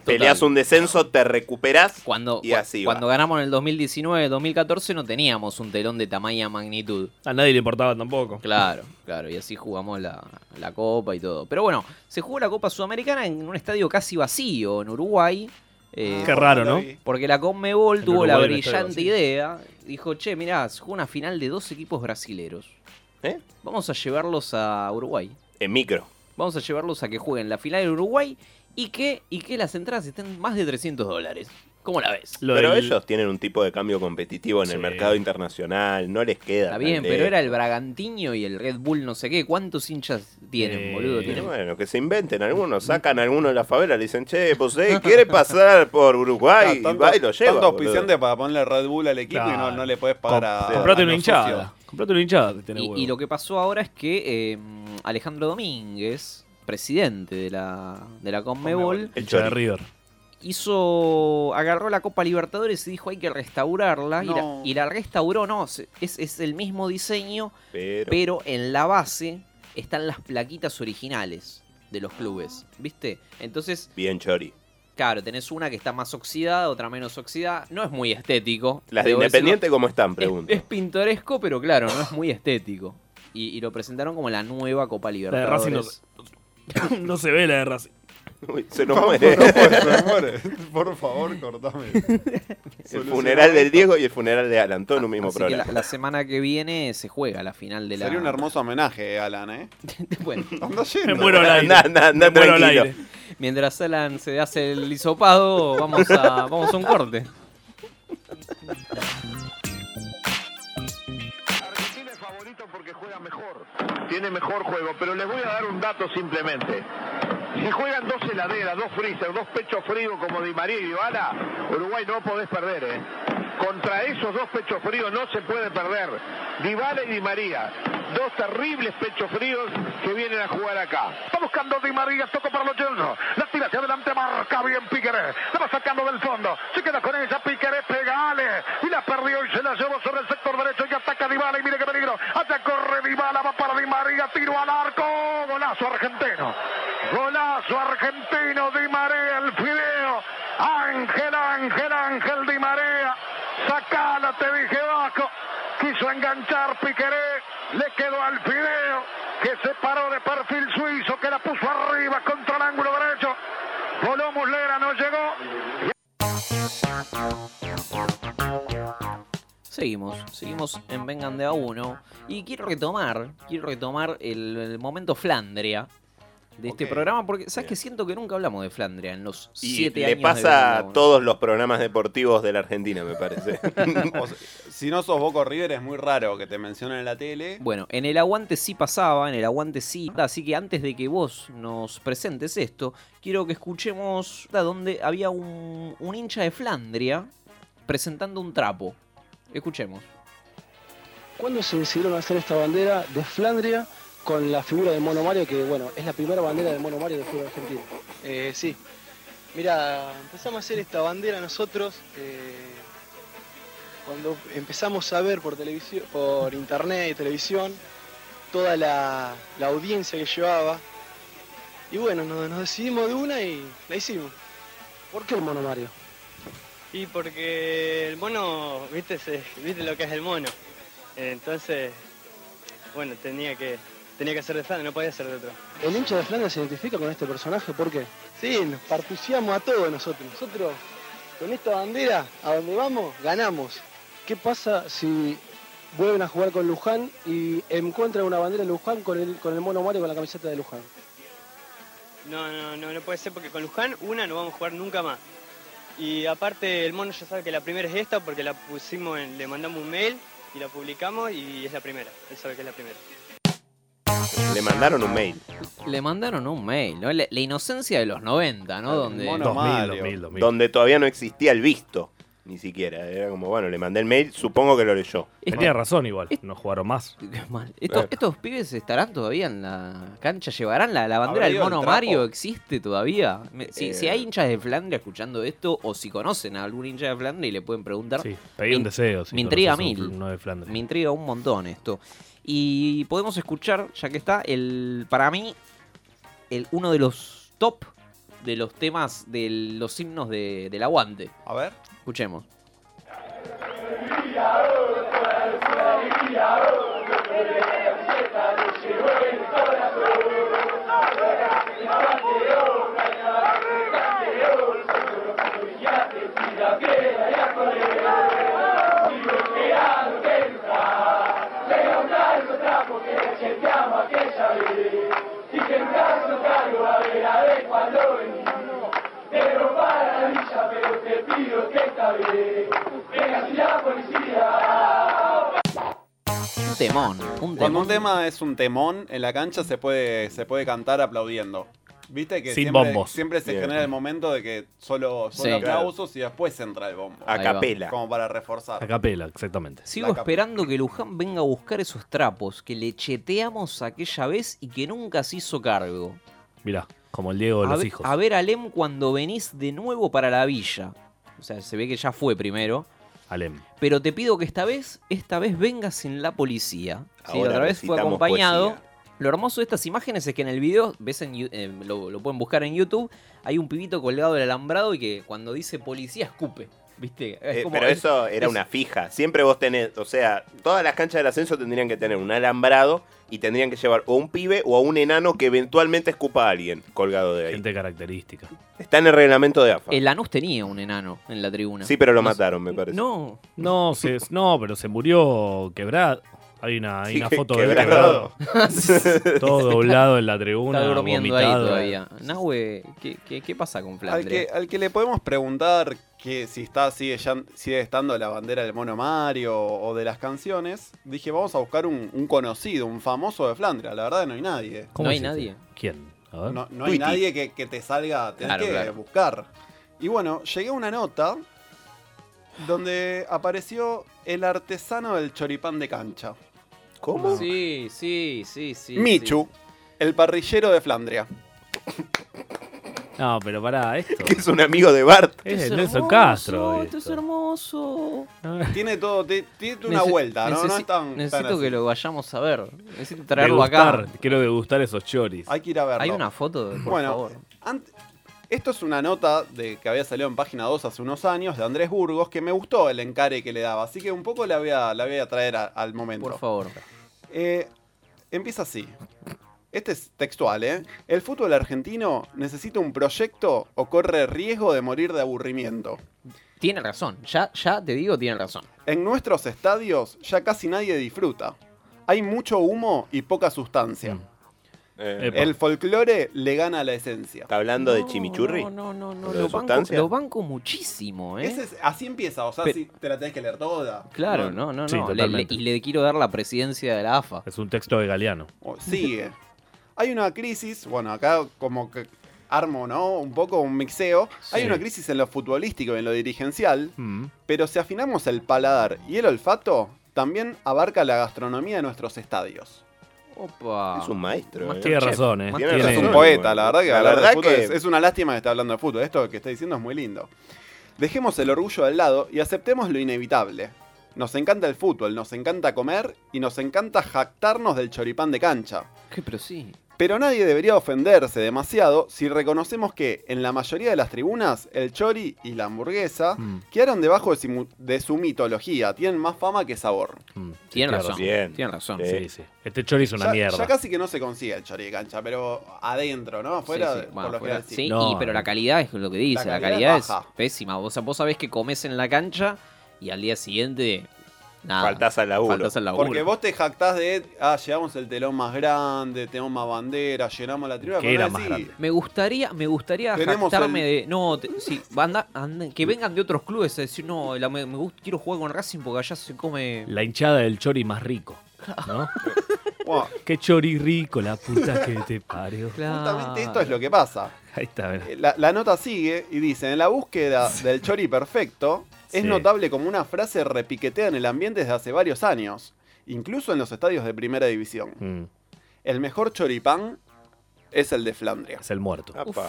S8: peleas un descenso, te recuperás.
S12: Cuando,
S8: Y así va.
S12: cuando ganamos en el 2019-2014 no teníamos un telón de tamaña magnitud.
S9: A nadie le importaba tampoco.
S12: Claro, claro, y así jugamos la, la Copa y todo. Pero bueno, se jugó la Copa Sudamericana en un estadio casi vacío, en Uruguay. eh,
S9: Qué raro, ¿no?
S4: vi.
S12: Porque la Conmebol
S9: En
S12: tuvo la
S9: Uruguay el estadio
S12: brillante
S9: vacío.
S12: idea. Dijo, che, mirá, se jugó una final de dos equipos brasileros.
S8: ¿Eh?
S12: Vamos a llevarlos a Uruguay.
S8: En micro.
S12: Vamos a llevarlos a que jueguen la final en Uruguay y que, y que las entradas estén más de 300 dólares. ¿Cómo la ves?
S9: Lo
S8: pero
S9: del-
S8: ellos tienen un tipo de cambio competitivo en el mercado internacional, no les queda.
S12: Está
S8: tan
S12: bien, pero
S8: lejos.
S12: era el Bragantino y el Red Bull no sé qué. ¿Cuántos hinchas tienen, boludo?
S8: Y
S12: Tienen-
S8: Eh, Bueno, que se inventen algunos, sacan algunos de la favela, le dicen, che, vos eh, quiere pasar por Uruguay y va y lo lleva.
S4: Tanto
S8: boludo.
S4: auspiciante para ponerle Red Bull al equipo y no, no le puedes pagar a.
S8: Com-
S4: a
S9: Comprate una
S4: los
S9: hinchada.
S4: socios.
S9: Comprate una hinchada. que tenés
S12: Ah, Y-
S9: huevo.
S12: Y, lo que pasó ahora es que eh, Alejandro Domínguez, presidente de la, de la Conmebol,
S9: Hincha de River.
S12: hizo agarró la Copa Libertadores y dijo hay que restaurarla. Y, la,
S9: No.
S12: y la restauró, no, se- es, es el mismo diseño,
S8: pero...
S12: en la base están las plaquitas originales de los clubes, ¿viste? Entonces,
S8: Bien, Chori.
S12: claro, tenés una que está más oxidada, otra menos oxidada, no es muy estético.
S8: Las de
S12: debo decirlo.
S8: Independiente, ¿cómo están?
S12: Es,
S8: Pregunto.
S12: es pintoresco, pero claro, no es muy estético. Y, y lo presentaron como la nueva Copa
S9: La de
S12: Libertadores.
S9: Racing no, se- no se ve la de Racing.
S8: se
S4: nos No, muere. no puede, se nos muere. Por favor, cortame.
S12: eh,
S8: El
S4: Solucioname
S8: funeral del
S4: esto.
S8: Diego y el funeral de Alan, todo en un mismo
S12: Así que
S8: programa.
S12: la, la semana que viene se juega la final de la.
S4: Sería un hermoso homenaje, Alan, ¿eh?
S12: bueno,
S4: Anda yendo.
S8: Anda, anda, anda tranquilo.
S12: Mientras Alan se hace el hisopado, vamos a, vamos a un corte.
S14: tiene mejor juego, pero les voy a dar un dato simplemente. Si juegan dos heladeras, dos freezer, dos pechos fríos como Di María y Ivana, Uruguay no podés perder, ¿eh? Contra esos dos pechos fríos no se puede perder. Dybala y Di María, dos terribles pechos fríos que vienen a jugar acá.
S2: Está buscando Di María, tocó para los Johnson. La tira hacia adelante, marca bien Piqueré. La va sacando del fondo. Se queda con ella, Piqueré, pegale. Y la perdió y se la llevó sobre el sector derecho y ataca Dybala. Y mire qué peligro. Allá corre Dybala, va para Di María, tiro al arco. Golazo argentino. Golazo argentino, Di María, el fideo. Ángel, Ángel, Ángel Di María. Sacala, te dije bajo. Quiso enganchar Piqueré, le quedó al fideo, que se paró de perfil suizo, que la puso arriba contra el ángulo derecho. Voló Muslera, no llegó.
S12: Seguimos, seguimos en Vengan de a uno. Y quiero retomar, quiero retomar el, el momento Flandria de este programa, porque sabes que siento que nunca hablamos de Flandria en los
S8: Y
S12: siete
S8: le
S12: años. de
S8: pasa
S12: Vengan de a
S8: a
S12: Uno.
S8: todos los programas deportivos de la Argentina, me parece.
S4: O sea, si no sos Boca o River, es muy raro que te mencionen en la tele.
S12: Bueno, en el aguante sí pasaba, en el aguante sí. Así que antes de que vos nos presentes esto, quiero que escuchemos a donde había un, un hincha de Flandria presentando un trapo. Escuchemos.
S15: ¿Cuándo se decidieron hacer esta bandera de Flandria con la figura de Mono Mario, que bueno, es la primera bandera del Mono Mario del fútbol argentino?
S16: Eh, sí. Mira, empezamos a hacer esta bandera nosotros eh, cuando empezamos a ver por televisión, por internet y televisión toda la, la audiencia que llevaba. Y bueno, nos, nos decidimos de una y la hicimos.
S15: ¿Por qué el Mono Mario?
S17: Y porque el mono, viste, se- viste lo que es el mono. Entonces, bueno, tenía que, tenía que ser de Flandria, no podía ser de otro.
S15: ¿El hincha de Flandria se identifica con este personaje? ¿Por qué?
S16: Sí, nos partuciamos a todos nosotros. Nosotros con esta bandera, a donde vamos, ganamos.
S15: ¿Qué pasa si vuelven a jugar con Luján y encuentran una bandera de Luján con el, con el Mono Mario con la camiseta de Luján?
S17: No, no, no, no puede ser porque con Luján una no vamos a jugar nunca más. Y aparte el mono ya sabe que la primera es esta porque la pusimos, en- le mandamos un mail y la publicamos y es la primera. Él sabe que es la primera.
S8: Le mandaron un mail.
S12: Le mandaron un mail, ¿no? La, la inocencia de los 90, ¿no? Donde...
S8: Donde todavía no existía el visto, ni siquiera. Era como, bueno, le mandé el mail, supongo que lo leyó.
S9: Tenía razón igual, no jugaron más.
S12: Estos, estos pibes estarán todavía en la cancha, llevarán la, la
S9: ¿Habrá
S12: bandera del
S9: ido el
S12: mono
S9: trapo?
S12: Mario, ¿existe todavía? Me- si,
S9: Eh.
S12: si hay hinchas de Flandria escuchando esto, o si conocen a algún hincha de Flandria y le pueden preguntar.
S9: Sí, pedí un
S12: me-
S9: deseo, si
S12: Me intriga
S9: conoces un
S12: mil.
S9: fl- uno de Flandria.
S12: Me intriga un montón esto. Y podemos escuchar, ya que está, el para mí, el, uno de los top de los temas de los himnos de- del aguante.
S4: A ver.
S12: Escuchemos.
S2: Pero para Villa, pero te pido que
S12: temón. Un
S4: Cuando
S12: temón.
S4: un tema es un temón en la cancha se puede, se puede cantar aplaudiendo. Viste que
S9: Sin
S4: siempre,
S9: bombos.
S4: siempre se
S9: Bien.
S4: genera el momento de que solo, solo
S12: Sí.
S4: aplausos y después entra el bombo.
S9: A Ahí va. capela.
S4: Como para reforzar.
S9: A capela, exactamente.
S12: Sigo esperando que Luján venga a buscar esos trapos que le cheteamos aquella vez y que nunca se hizo cargo.
S9: Mirá, como el Diego de
S12: A,
S9: los
S12: ve-
S9: hijos.
S12: a ver, Alem, cuando venís de nuevo para la villa. O sea, se ve que ya fue primero.
S9: Alem.
S12: Pero te pido que esta vez, esta vez vengas sin la policía. Sí, la
S8: Ahora
S12: otra vez fue
S8: necesitamos
S12: acompañado. Lo hermoso de estas imágenes es que en el video, ves en, Yu- eh, lo, lo pueden buscar en YouTube, hay un pibito colgado del alambrado y que cuando dice policía escupe. ¿Viste? Es
S8: Eh,
S12: como-
S8: pero
S12: es-
S8: eso era
S12: es-
S8: una fija. Siempre vos tenés, o sea, todas las canchas del ascenso tendrían que tener un alambrado y tendrían que llevar o a un pibe o a un enano que eventualmente escupa a alguien colgado de ahí.
S9: Gente característica.
S8: Está en el reglamento de AFA.
S12: El Lanús tenía un enano en la tribuna.
S8: Sí, pero lo
S12: No sé-
S8: mataron, me parece.
S12: No.
S9: No, se, no, pero se murió quebrado. Hay una, hay
S8: Sí,
S9: una
S8: que-
S9: foto
S8: quebrado.
S9: de quebrado. Todo doblado en la tribuna.
S12: Está durmiendo ahí
S9: vomitado.
S12: todavía. Nahue, ¿qué, qué, qué pasa con
S4: Al
S12: Flandria?
S4: que, al que le podemos preguntar que si está, sigue, ya- sigue estando la bandera del mono Mario o de las canciones, dije vamos a buscar un, un conocido, un famoso de Flandria. La verdad no hay nadie.
S12: ¿Cómo No hay es ese? nadie.
S9: ¿Quién?
S4: No, no hay
S9: este? Tweety.
S4: nadie que, que te salga, tenés
S9: Claro,
S4: que
S9: claro.
S4: buscar. Y bueno, llegué a una nota donde apareció el artesano del choripán de cancha.
S8: ¿Cómo?
S12: Sí, sí, sí, sí.
S4: Michu, el parrillero de Flandria.
S9: No, pero pará, esto.
S8: Que es un amigo de Bart.
S9: Es el Nelson Castro.
S12: Esto es hermoso.
S4: Tiene todo, ti- tiene una
S12: Nece-
S4: vuelta, ¿no? No
S12: necesi-
S4: es tan- tan
S12: necesito
S4: así.
S12: que lo vayamos a ver. Necesito traerlo
S9: Degustar,
S12: acá.
S9: quiero degustar esos choris.
S4: Hay que ir a verlo.
S12: Hay una foto, por
S4: bueno,
S12: favor.
S4: ant- esto es una nota de que había salido en página 2 hace unos años de Andrés Burgos que me gustó el encare que le daba, así que un poco la voy a, la voy a traer a- al momento.
S12: Por favor.
S4: Eh, empieza así. Este es textual, ¿eh? El fútbol argentino necesita un proyecto o corre riesgo de morir de aburrimiento.
S12: Tiene razón, ya, ya te digo, tiene razón.
S4: En nuestros estadios ya casi nadie disfruta. Hay mucho humo y poca sustancia.
S8: Mm. Eh,
S4: El folclore le gana a la esencia.
S8: ¿Está hablando de chimichurri?
S12: No, no,
S8: no,
S12: Lo banco, lo banco muchísimo, ¿eh?
S4: Ese es- así empieza, o sea,
S12: Pero-
S4: si te la tenés que leer toda.
S12: Claro, no, no, no. Le- le- y le quiero dar la presidencia de la AFA.
S9: Es un texto de Galeano.
S4: O- Sigue. Hay una crisis, bueno, acá como que armo, ¿no? Un poco un mixeo. Hay
S9: Sí.
S4: una crisis en lo futbolístico y en lo dirigencial,
S9: Mm.
S4: pero si afinamos el paladar y el olfato, también abarca la gastronomía de nuestros estadios.
S12: Opa.
S8: Es un maestro. eh.
S9: Tiene razón, eh.
S8: Tiene
S4: Es
S8: razón.
S4: un poeta, la verdad que,
S8: La
S4: hablar de
S8: verdad
S4: fútbol
S8: que-
S4: es, es una lástima que esté hablando de fútbol. Esto que está diciendo es muy lindo. Dejemos el orgullo al lado y aceptemos lo inevitable. Nos encanta el fútbol, nos encanta comer y nos encanta jactarnos del choripán de cancha.
S12: ¿Qué? Pero sí.
S4: Pero nadie debería ofenderse demasiado si reconocemos que en la mayoría de las tribunas el chori y la hamburguesa
S9: Mm.
S4: quedaron debajo de, simu- de su mitología, tienen más fama que sabor.
S12: Tiene
S9: Tiene
S12: razón.
S8: razón.
S12: Tiene razón.
S9: Sí, sí. Este chori es una
S4: ya,
S9: mierda.
S4: ya casi que no se consigue el chori de cancha, pero adentro, ¿no? Afuera,
S12: Sí, sí,
S4: por
S12: bueno,
S4: lo
S12: fuera-
S4: general sí.
S12: sí,
S9: No,
S12: y- pero
S9: no.
S12: la calidad es lo que dice, la calidad,
S4: calidad es
S12: es,
S4: baja.
S12: pésima. Vos, vos sabés que comes en la cancha y al día siguiente, nada.
S8: Faltás al laburo.
S12: Faltás al laburo.
S4: Porque vos te jactás de, ah, llevamos el telón más grande, tenemos más bandera, llenamos la tribuna.
S9: Que
S4: pero
S9: era
S4: no
S9: más
S4: decís,
S9: grande.
S12: Me gustaría, me gustaría
S4: Tenemos
S12: jactarme
S4: el-
S12: de. No, te- sí, anda- anda- que vengan de otros clubes a decir, no, la- me, me gusta- quiero jugar con Racing porque allá se come.
S9: La hinchada del chori más rico. ¿No?
S4: Wow.
S9: Qué chori rico, la puta que te parió.
S4: Justamente esto es lo que pasa.
S9: Ahí está, mirá.
S4: eh, La, la nota sigue y dice, en la búsqueda del chori perfecto, es
S9: Sí.
S4: notable como una frase repiquetea en el ambiente desde hace varios años, incluso en los estadios de primera división.
S9: Mm,
S4: El mejor choripán es el de Flandria.
S9: es el muerto.
S8: Apa.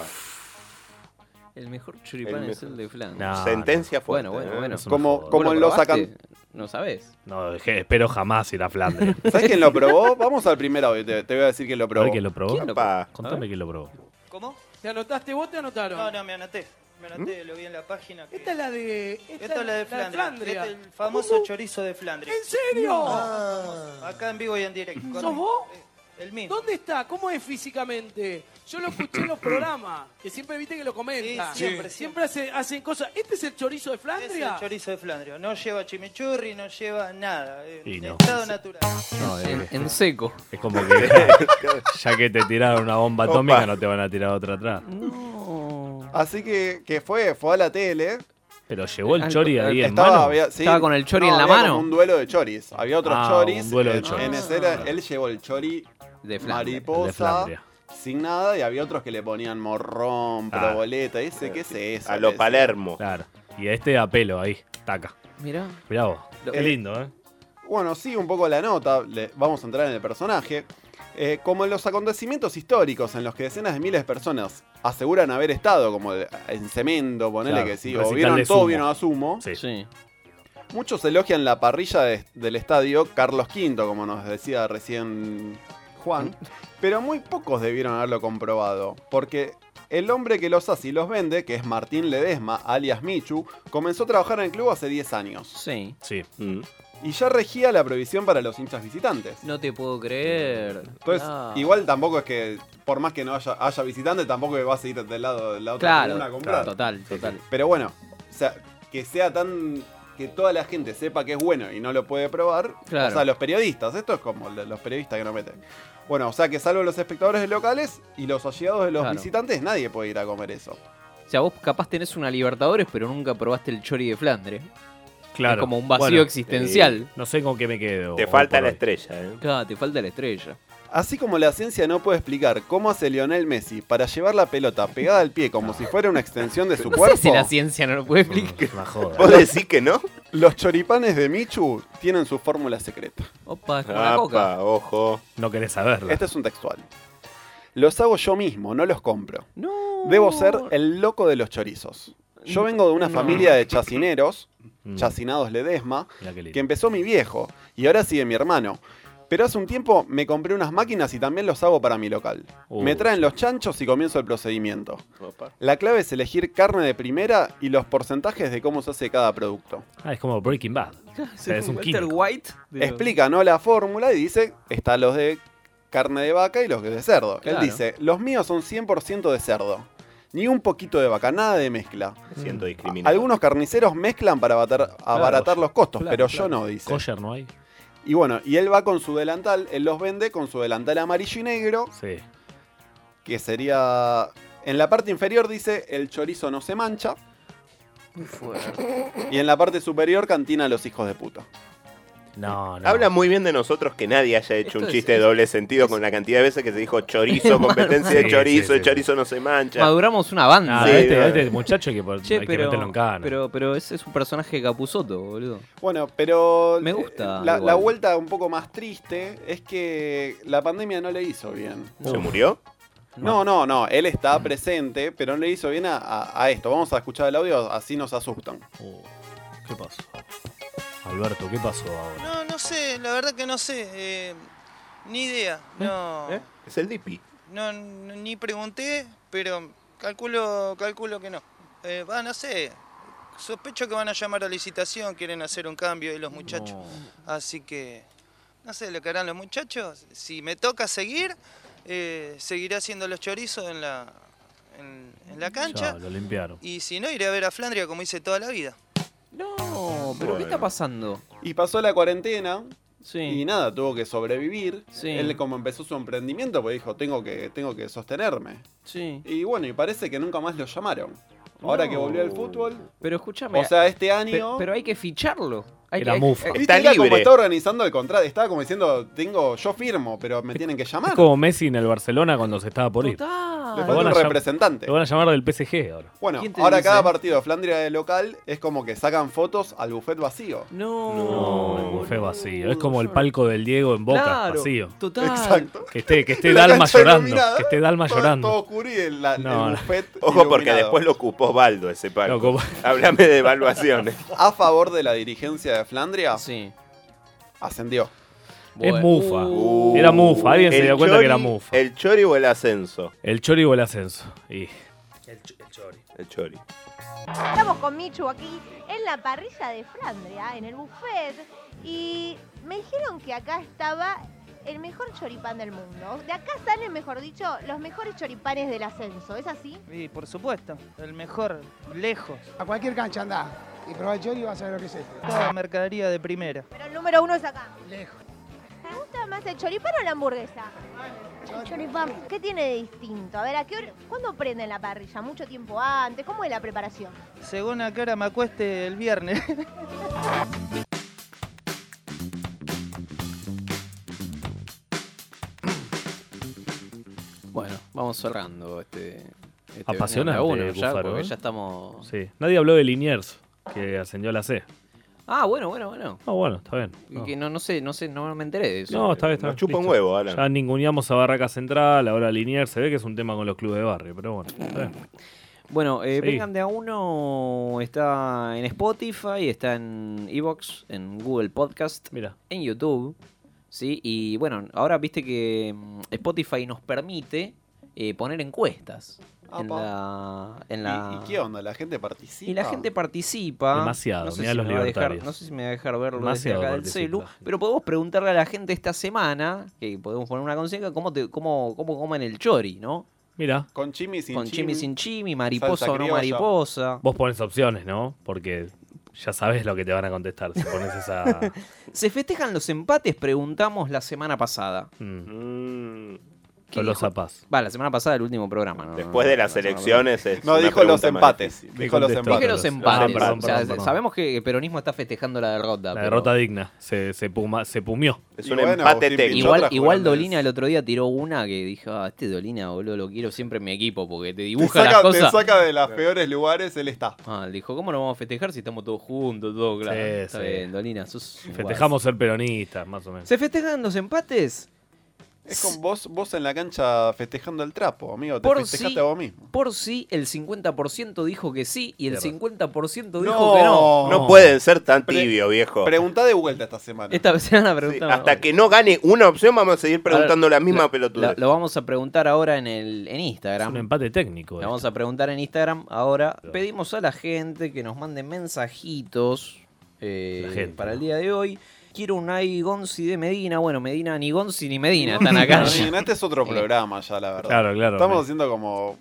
S12: El mejor choripán
S8: El
S12: es el de Flan.
S9: No,
S8: Sentencia fuerte.
S12: Bueno, bueno,
S8: ¿eh?
S12: bueno.
S4: Como-
S12: ¿Vos
S4: como
S12: lo
S4: en los
S12: probaste?
S4: acan-
S12: No sabes.
S9: No, dejé- espero jamás ir a Flandes.
S4: ¿Sabes quién lo probó? Vamos al primero, te, te voy a decir quién lo
S9: A
S4: probó.
S9: ver quién lo probó.
S12: ¿Quién lo
S4: Apa.
S9: Contame quién lo probó.
S18: ¿Cómo? ¿Te anotaste vos te anotaron? No, no, me anoté. Me anoté, lo vi en la página. que- Esta es la de. Esta, es la de Flandria. Este es el famoso chorizo de Flandria.
S19: ¿En serio?
S18: Ah. Acá en vivo y en directo.
S19: ¿Sos vos?
S18: Eh, El mismo.
S19: ¿Dónde está? ¿Cómo es físicamente? Yo lo escuché en los programas, que siempre viste que lo comenta.
S18: Sí, siempre, Sí.
S19: siempre hace- hacen cosas. ¿Este es el chorizo de
S18: Es
S19: Flandria?
S18: el chorizo de Flandria. No lleva chimichurri, no lleva nada. eh,
S9: Y no.
S18: Estado natural.
S9: No,
S12: En,
S9: eh,
S12: en seco.
S9: es como que ya que te tiraron una bomba atómica, no te van a tirar otra atrás.
S4: Así que, que fue, fue a la tele.
S9: Pero llegó el
S4: Al-
S9: chori ahí en
S4: estaba-
S9: mano.
S4: había- sí. No, había como Un duelo de choris. Había otros
S9: Ah,
S4: choris.
S9: un duelo de
S4: en-
S9: choris.
S4: En ese era- él llevó el chori
S9: Flandria, de
S12: de
S4: mariposa.
S9: Flandria.
S4: sin nada, y había otros que le ponían morrón,
S9: Ah.
S4: proboleta, ese, ¿qué es eso? Le decía.
S9: Claro. Y a este a pelo ahí, taca.
S12: Mirá.
S9: Mirá vos.
S4: Lo-
S9: Qué lindo, ¿eh?
S4: Bueno, sí, un poco la nota, le- vamos a entrar en el personaje. Eh, como en los acontecimientos históricos en los que decenas de miles de personas aseguran haber estado, como el- en Cemento, ponele
S9: Claro,
S4: que sí, o
S9: recital
S4: vieron
S9: de
S4: todo,
S9: sumo.
S4: vieron a Sumo,
S12: Sí.
S4: muchos elogian la parrilla de- del estadio Carlos V, como nos decía recién Juan, pero muy pocos debieron haberlo comprobado, porque el hombre que los hace y los vende, que es Martín Ledesma, alias Michu, comenzó a trabajar en el club hace 10 años.
S12: Sí. Mm.
S9: Sí.
S4: Y ya regía la prohibición para los hinchas visitantes.
S12: No te puedo creer.
S4: Entonces,
S12: Claro.
S4: igual tampoco es que, por más que no haya, haya visitante, tampoco que vas a ir del lado de la otra
S12: Claro,
S4: tribuna a comprar.
S12: total, total.
S4: Pero bueno, o sea, que sea tan. que toda la gente sepa que es bueno y no lo puede probar.
S12: Claro.
S4: O sea, los periodistas, esto es como el de los periodistas que no meten. Bueno, o sea, que salvo los espectadores locales y los allegados de los
S12: Claro.
S4: visitantes, nadie puede ir a comer eso.
S12: O sea, vos capaz tenés una Libertadores, pero nunca probaste el chori de Flandre.
S9: Claro.
S12: Es como un vacío
S9: Bueno,
S12: existencial.
S9: eh, no sé con qué me quedo.
S12: Te
S9: hoy
S12: falta
S9: por
S12: la
S9: hoy.
S12: estrella, ¿eh? Claro, te falta la estrella.
S4: Así como la ciencia no puede explicar cómo hace Lionel Messi para llevar la pelota pegada al pie como si fuera una extensión de su
S12: No
S4: cuerpo.
S12: sé si la ciencia no lo puede explicar.
S4: ¿Vos decís que no? Los choripanes de Michu tienen su fórmula secreta.
S12: Opa, es como la
S4: Apa,
S12: coca.
S4: ojo.
S9: No querés saberla.
S4: Este es un textual. Los hago yo mismo, no los compro. Debo ser el loco de los chorizos. Yo vengo de una
S9: No.
S4: familia de chacineros, chacinados Ledesma,
S9: Mm. Mirá qué lindo.
S4: que empezó mi viejo y ahora sigue mi hermano. Pero hace un tiempo me compré unas máquinas y también los hago para mi local.
S9: Uh.
S4: Me traen los chanchos y comienzo el procedimiento. La clave es elegir carne de primera y los porcentajes de cómo se hace cada producto.
S9: Ah, es como Breaking Bad. O sea, es un
S12: Walter
S9: químico.
S12: White. de-
S4: Explica, ¿no? La fórmula y dice, está los de carne de vaca y los de cerdo.
S12: Claro.
S4: Él dice, los míos son 100% de cerdo. Ni un poquito de vaca, nada de mezcla.
S9: Mm.
S8: Siento discriminado.
S4: Algunos carniceros mezclan para abatar- abaratar los costos,
S9: Claro,
S4: pero
S9: claro.
S4: yo no, dice.
S9: Kosher no hay.
S4: Y bueno, y él va con su delantal, él los vende con su delantal amarillo y negro,
S9: Sí.
S4: que sería... En la parte inferior dice, el chorizo no se mancha. Y en la parte superior, cantina a los hijos de puta.
S9: No, no.
S8: Habla muy bien de nosotros que nadie haya hecho un chiste de doble sentido con la cantidad de veces que se dijo chorizo, competencia de
S9: Sí,
S8: chorizo,
S9: sí,
S8: el
S9: sí,
S8: chorizo no se mancha.
S12: Maduramos una banda.
S9: Ah,
S8: Sí,
S9: este,
S8: no.
S9: este muchacho hay que, por-
S12: Che,
S9: hay que
S12: pero,
S9: meterlo en cana.
S12: pero, pero ese es un personaje de Capuzoto, boludo.
S4: Bueno, pero eh,
S12: Me gusta.
S4: La,
S12: igual.
S4: la vuelta un poco más triste es que la pandemia no le hizo bien.
S8: ¿Se murió?
S4: No, no, no. Él está presente, pero no le hizo bien a, a- a esto. Vamos a escuchar el audio, así nos asustan.
S9: ¿Qué pasó? Alberto, ¿qué pasó ahora?
S18: No, no sé, la verdad que no sé. eh, ni idea. No,
S9: ¿Eh?
S8: Es el Dipi.
S18: no, n- ni pregunté, pero calculo, calculo que no. Eh, va, no sé. Sospecho que van a llamar a licitación, quieren hacer un cambio de los muchachos. Así que, no sé lo que harán los muchachos. Si me toca seguir, eh, seguiré haciendo los chorizos en la, en, en la cancha.
S9: Ya, lo limpiaron.
S18: Y si no, iré a ver a Flandria como hice toda la vida.
S12: No, Oh, pero ¿qué
S4: Bueno.
S12: está pasando?
S4: Y pasó la cuarentena.
S12: Sí.
S4: Y nada, tuvo que sobrevivir.
S12: Sí.
S4: Él como empezó su emprendimiento, pues dijo, tengo que, tengo que sostenerme.
S12: Sí.
S4: Y bueno, y parece que nunca más lo llamaron. Ahora que volvió al fútbol.
S12: Pero escúchame.
S4: O sea, este
S12: pe-
S4: año-
S12: Pero, hay que ficharlo. Hay
S9: Era
S12: que,
S9: mufa.
S12: hay-
S4: Viste, era como estaba organizando el contrato, estaba como diciendo, tengo, yo firmo, pero me tienen que llamar.
S9: Es como Messi en el Barcelona cuando se estaba por ir.
S4: Le
S9: Lo
S4: falta
S9: van a
S4: un
S9: llam-
S4: representante.
S9: Lo van a llamar del PSG ahora.
S4: Bueno,
S9: ¿Quién te
S4: ahora
S9: dice?
S4: cada partido de Flandria de local es como que sacan fotos al buffet vacío.
S12: No.
S9: No, el buffet vacío. Es como el palco del Diego en Boca,
S4: Claro,
S9: vacío.
S12: total.
S4: Exacto.
S9: Que esté, que esté
S4: La
S9: Dalma
S4: cancha
S9: llorando.
S4: iluminada,
S9: Que esté Dalma
S4: todo-
S9: llorando.
S4: Todo oscuro y el, la- el
S9: Ah, No, no.
S4: buffet
S8: Ojo porque
S4: iluminado.
S8: después lo ocupó Baldo ese palco. Háblame de evaluaciones.
S4: A favor de la dirigencia de Flandria.
S12: Sí.
S4: Ascendió.
S9: Es mufa. Era mufa. Alguien se
S8: Uh, El
S9: dio cuenta que era
S8: Chori-
S9: mufa.
S8: ¿El chori o el ascenso?
S9: El Chori o el ascenso. Y
S8: El chori.
S20: Estamos con Michu aquí en la parrilla de Flandria, en el buffet, y me dijeron que acá estaba el mejor choripán del mundo. De acá salen, mejor dicho, los mejores choripanes del ascenso, ¿es así?
S18: Sí, por supuesto, el mejor, lejos.
S6: A cualquier cancha andá y probá el chori y vas a ver lo que es esto.
S18: Toda mercadería de primera.
S20: Pero el número uno es acá. Lejos. ¿Te gusta más el choripán o la hamburguesa?
S21: El choripán.
S20: ¿Qué tiene de distinto? A ver, ¿a qué hora- ¿cuándo prenden la parrilla? ¿Mucho tiempo antes? ¿Cómo es la preparación?
S18: Según a qué hora me acueste el viernes.
S12: Bueno, vamos cerrando este. este
S9: Apasionante,
S12: veneno de uno, ya,
S9: Bufaro,
S12: porque
S9: ¿eh?
S12: ya estamos.
S9: Sí. Nadie habló de Liniers, que ascendió a la C.
S12: Ah, bueno, bueno, bueno.
S9: Ah, bueno, está bien.
S12: Y Que no, no sé, no sé, no me enteré de eso.
S9: No, está bien, está bien. listo. Ya ninguneamos a Barraca Central, ahora Liniers. Se ve que es un tema con los clubes de barrio, pero bueno. está bien.
S12: Bueno, eh,
S9: Sí.
S12: vengan de a uno. Está en Spotify, está en Evox, en Google Podcast, en YouTube. Sí, y bueno, ahora viste que mm, Spotify nos permite eh, poner encuestas. En
S4: Apa.
S12: la, en la...
S4: ¿Y, y qué onda? ¿La gente participa?
S12: Y la gente participa.
S9: Demasiado,
S12: no sé,
S9: mirá
S12: si
S9: los
S12: me va a dejar,
S9: libertarios.
S12: no sé si me va a dejar verlo
S9: Demasiado
S12: desde acá del
S9: participa
S12: celu.
S9: la gente.
S12: Pero podemos preguntarle a la gente esta semana, que podemos poner una consigna, cómo, te, cómo, cómo comen el chori, ¿no?
S9: Mira.
S4: Con chimi, sin
S12: Con chimi, sin chimi, mariposa
S9: Salsa
S12: o no
S9: criolla.
S12: mariposa.
S9: Vos pones opciones, ¿no? Porque ya sabes lo que te van a contestar si pones esa.
S12: ¿Se festejan los empates? Preguntamos la semana pasada.
S8: Mm.
S9: Con los zapas.
S12: Va, la semana pasada el último programa. ¿no?
S8: Después de las
S12: La semana
S8: elecciones
S12: pasada.
S8: es No, una dijo pregunta los más empates. difícil.
S12: Dijo los empates.
S9: Los empates.
S12: o sea,
S9: Perdón, perdón, perdón.
S12: Sabemos que el peronismo está festejando la derrota.
S9: La
S12: Ah, pero-
S9: derrota digna. Se, se, puma- se pumió.
S12: Igual, igual Dolina el otro día tiró una que dijo, "Ah, este Dolina, boludo, lo quiero siempre en mi equipo porque te
S4: Te
S12: dibuja las
S4: saca, te
S12: cosas.
S4: saca de los peores lugares, él está.
S12: Mal, dijo, ¿cómo nos vamos a festejar si estamos todos juntos, todos claro?
S9: Sí,
S12: Está
S9: sí.
S12: bien, Dolina, sos un
S9: Festejamos ser peronistas, más o menos.
S12: guaso. ¿Se festejan los empates?
S4: Es con vos, vos en la cancha festejando el trapo, amigo. Te
S12: Por
S4: festejaste
S12: sí,
S4: a vos mismo.
S12: por sí, el 50% dijo que sí y el
S4: Tierra.
S12: 50% dijo
S4: No,
S12: que no.
S4: no
S8: pueden ser tan tibio, viejo.
S4: Preguntá de vuelta esta semana.
S12: Esta vez se van a preguntar.
S8: Hasta que no gane una opción, vamos a seguir preguntando
S12: Ahora,
S8: la misma
S12: lo-
S8: pelotudez.
S12: Lo, lo vamos a preguntar ahora en, el, en Instagram.
S9: Es un empate técnico.
S12: Lo vamos a preguntar en Instagram ahora. Pedimos a la gente que nos mande mensajitos eh,
S9: La gente,
S12: para el día de hoy. Quiero un Ay Gonzi de Medina. Bueno, Medina, ni Gonzi ni Medina están acá. Eh,
S4: Medina, este es otro programa ya, la verdad.
S9: Claro, claro.
S4: Estamos
S9: Me-
S4: haciendo como.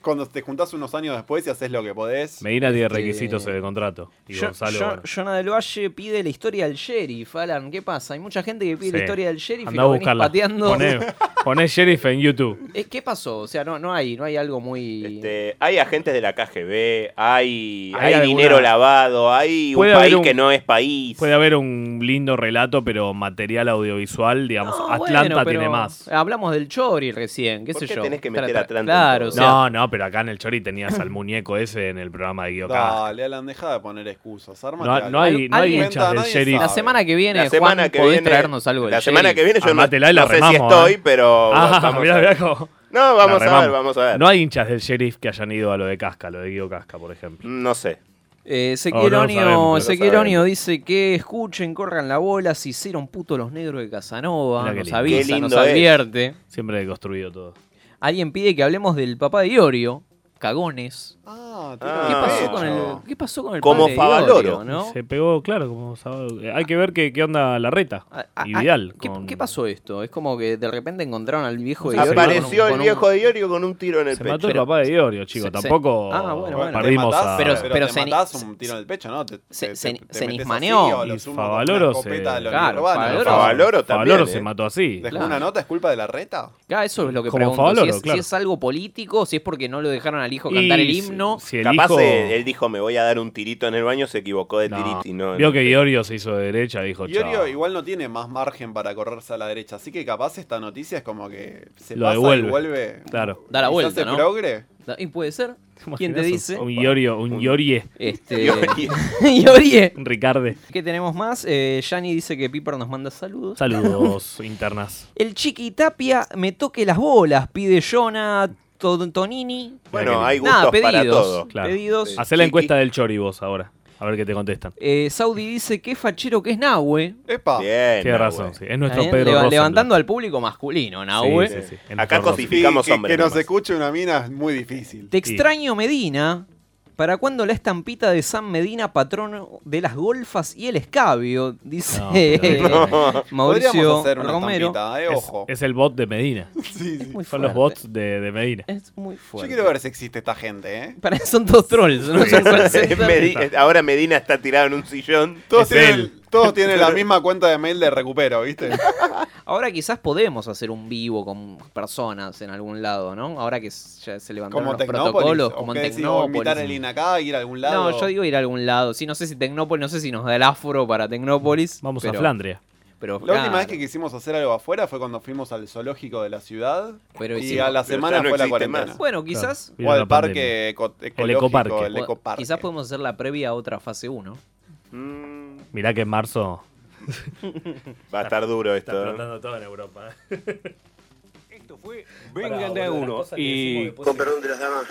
S4: Cuando te juntás unos años después y haces lo que podés. Este,
S9: Medina tiene requisitos eh, de contrato. Y
S12: Este, Yo-
S9: Gonzalo.
S12: yo-
S9: bueno.
S12: Jonah del Valle pide la historia del sheriff, Alan. ¿Qué pasa? Hay mucha gente que pide la
S9: Sí.
S12: historia del sheriff
S9: Andá
S12: y lo venís pateando.
S9: Poné, poné sheriff en YouTube.
S12: Eh, ¿Qué pasó? O sea, no, no hay, no hay algo muy.
S8: Este, hay agentes de la KGB, hay,
S9: Hay
S8: hay,
S9: alguna-
S8: dinero lavado, hay un
S9: Puede
S8: país
S9: haber un-
S8: que no es país.
S9: Puede haber un lindo relato, pero material audiovisual, digamos,
S12: No,
S9: Atlanta
S12: bueno, pero
S9: tiene más.
S12: Hablamos del Chori recién, qué
S8: ¿Por
S12: sé
S8: qué
S12: yo.
S8: tenés que meter
S12: Tra-
S8: a Atlanta en
S12: Claro,
S8: todo?
S12: o sea,
S9: no, no, pero acá en el Chori tenías al muñeco ese en el programa de Guido Casca.
S4: Dale, Alan, deja de poner excusas.
S9: No, no hay, no hay hinchas del sheriff.
S12: La semana que viene,
S8: La semana
S12: Juan,
S8: que
S12: podés
S8: viene-
S12: traernos algo del
S8: la semana
S12: sheriff.
S8: que viene yo no,
S9: Amátela y la
S8: no sé
S9: remamos,
S8: si estoy,
S9: ¿eh?
S8: pero
S9: Ah,
S8: vamos
S9: mirá,
S8: a
S9: mirá
S8: ver.
S9: cómo-
S8: No, vamos
S9: La
S8: a ver,
S9: remamos.
S8: vamos a ver.
S9: No hay hinchas del sheriff que hayan ido a lo de Casca, a lo de Guido Casca, por ejemplo.
S8: No sé.
S12: Eh,
S9: Oh, no lo
S12: Sequieronio,
S9: sabemos, no lo
S12: Sequieronio dice que escuchen, corran la bola, se hicieron puto los negros de Casanova,
S9: Mirá qué
S12: nos
S9: lindo.
S12: avisa,
S9: Qué lindo
S12: nos
S9: es.
S12: advierte.
S9: Siempre deconstruido todo.
S12: Alguien pide que hablemos del papá de Iorio, cagones.
S4: Ah,
S12: ¿Qué,
S9: Ah.
S12: pasó con el, Eh, ¿Qué pasó con el
S8: Como
S12: padre de
S8: Favaloro.
S12: Iorio, no?
S9: Se pegó, claro, como sábado. Eh, Hay que ver qué, qué onda la reta. Y
S12: ah,
S9: Vidal.
S12: ¿qué-
S9: con-
S12: ¿Qué pasó esto? Es como que de repente encontraron al viejo de Iorio. con un-
S8: Apareció
S12: con
S8: el
S12: un-
S8: viejo de Iorio con un tiro en el
S9: Se
S8: pecho.
S9: mató el papá de Iorio, chico.
S12: se-
S9: Tampoco
S12: Ah, bueno, bueno.
S9: perdimos
S4: te matás,
S9: a...
S4: pero,
S12: pero-
S4: pero,
S12: pero
S4: te
S12: se ni-
S4: matás
S12: se-
S4: un tiro en el pecho, ¿no? Te,
S12: se-
S4: te-
S12: se-
S4: te
S12: se
S4: metes
S12: nismaneó.
S4: así, o lo
S9: Y
S4: sumo con
S9: Favaloro
S4: una escopeta
S9: se-
S4: a lo
S12: Claro,
S4: Nirvana.
S12: Favaloro-
S8: Favaloro
S9: Favaloro
S8: también,
S9: se
S8: eh.
S9: mató así.
S4: ¿Dejó
S12: Claro.
S4: una nota? ¿Es culpa de la reta?
S12: Ah, eso es lo que
S9: Como
S12: pregunto.
S9: Favaloro,
S12: si, es,
S9: claro.
S12: si es algo político, si es porque no lo dejaron al hijo
S9: Y
S12: cantar el
S9: si-
S12: himno.
S9: si el
S8: Capaz
S9: hijo-
S8: eh, él dijo, me voy a dar un tirito en el baño, se equivocó de
S9: No.
S8: tirito y no...
S9: Vio que Iorio se hizo de derecha, dijo,
S4: Iorio
S9: chao.
S4: igual no tiene más margen para correrse a la derecha, así que capaz esta noticia es como que se
S9: Lo
S4: pasa
S9: devuelve.
S4: y vuelve.
S9: Claro.
S12: Da la
S4: ¿Y se
S12: vuelta,
S4: hace
S12: ¿no?
S4: progre?
S12: Da- Y puede ser. ¿Quién te
S9: Imaginás un-
S12: dice?
S9: Un Iorio, un Iorie.
S12: Este...
S9: Iorie.
S12: Iorie.
S9: Un Ricarde.
S12: ¿Qué tenemos más? Eh, Yanni dice que Piper nos manda saludos.
S9: Saludos, internas.
S12: El Chiqui Tapia me toque las bolas, pide Jonah To- Tonini.
S8: Bueno, hay gustos
S12: Nada, pedidos.
S8: para todo.
S9: Claro.
S12: Pedidos.
S9: Hacé la
S12: Chiqui-
S9: encuesta del Chori vos ahora. A ver qué te contestan.
S12: Eh, Saudi dice que fachero que es Nahue.
S4: Epa.
S8: Bien,
S9: Tiene
S8: Nahue.
S9: razón, sí. Es nuestro
S12: Está bien,
S9: Pedro
S12: leva-
S9: Rosenblatt.
S12: Levantando al público masculino, Nahue.
S9: sí, sí. En
S8: Acá
S9: nuestro
S4: Y
S8: cosificamos
S4: que,
S8: hombres.
S4: que nos
S8: nomás.
S4: escuche una mina es muy difícil.
S12: Te extraño Medina. ¿Para cuándo la estampita de San Medina, patrono de las golfas y el escabio? Dice
S9: No, pero- No.
S12: Mauricio
S4: Podríamos hacer una
S12: Romero.
S4: estampita, eh,
S9: Es-
S4: ojo.
S9: Es, el bot de Medina.
S12: muy
S9: Son los
S12: fuerte.
S9: bots de, de Medina.
S12: Es muy
S4: Yo
S12: fuerte.
S4: quiero ver si existe esta gente, ¿eh?
S12: Para, son dos trolls, ¿no? Son call
S8: Es
S12: center.
S8: Medi- ahora Medina está tirado en un sillón.
S4: Todos
S9: Es
S4: tienen
S9: él.
S4: el, Todos tienen la misma cuenta de mail de recupero, ¿viste?
S12: Ahora quizás podemos hacer un vivo con personas en algún lado, ¿no? Ahora que s- ya se levantaron
S4: Como
S12: los
S4: Tecnópolis,
S12: protocolos,
S4: ¿o
S12: como
S4: qué
S12: en
S4: decís? ¿O
S12: Tecnópolis.
S4: invitar el INACA, ir a algún lado?
S12: No, yo digo ir a algún lado. Sí, no sé si Tecnópolis, no sé si nos da el aforo para Tecnópolis.
S9: Vamos
S4: a Flandria.
S12: Pero,
S4: La
S12: claro,
S4: última vez que quisimos hacer algo afuera fue cuando fuimos al zoológico de la ciudad
S12: pero
S4: y
S12: hicimos-
S4: a la
S12: pero
S4: semana
S12: ya no
S4: fue la
S12: existe
S4: cuarentena.
S12: más. Bueno, quizás- Claro,
S4: O
S12: vino
S4: al
S12: la
S4: parque eco-
S12: pandemia.
S4: ecológico, el
S12: O-
S4: ecoparque.
S12: Quizás podemos hacer la previa a otra fase 1.
S9: Mirá que en marzo.
S8: Va a estar duro esto.
S9: Está
S8: ¿eh?
S9: explotando todo en Europa.
S10: Vengan de
S9: Para, boludo,
S10: a
S9: las
S10: uno.
S9: cosas que decimos
S10: Y.
S9: después
S10: Con perdón
S1: de las damas.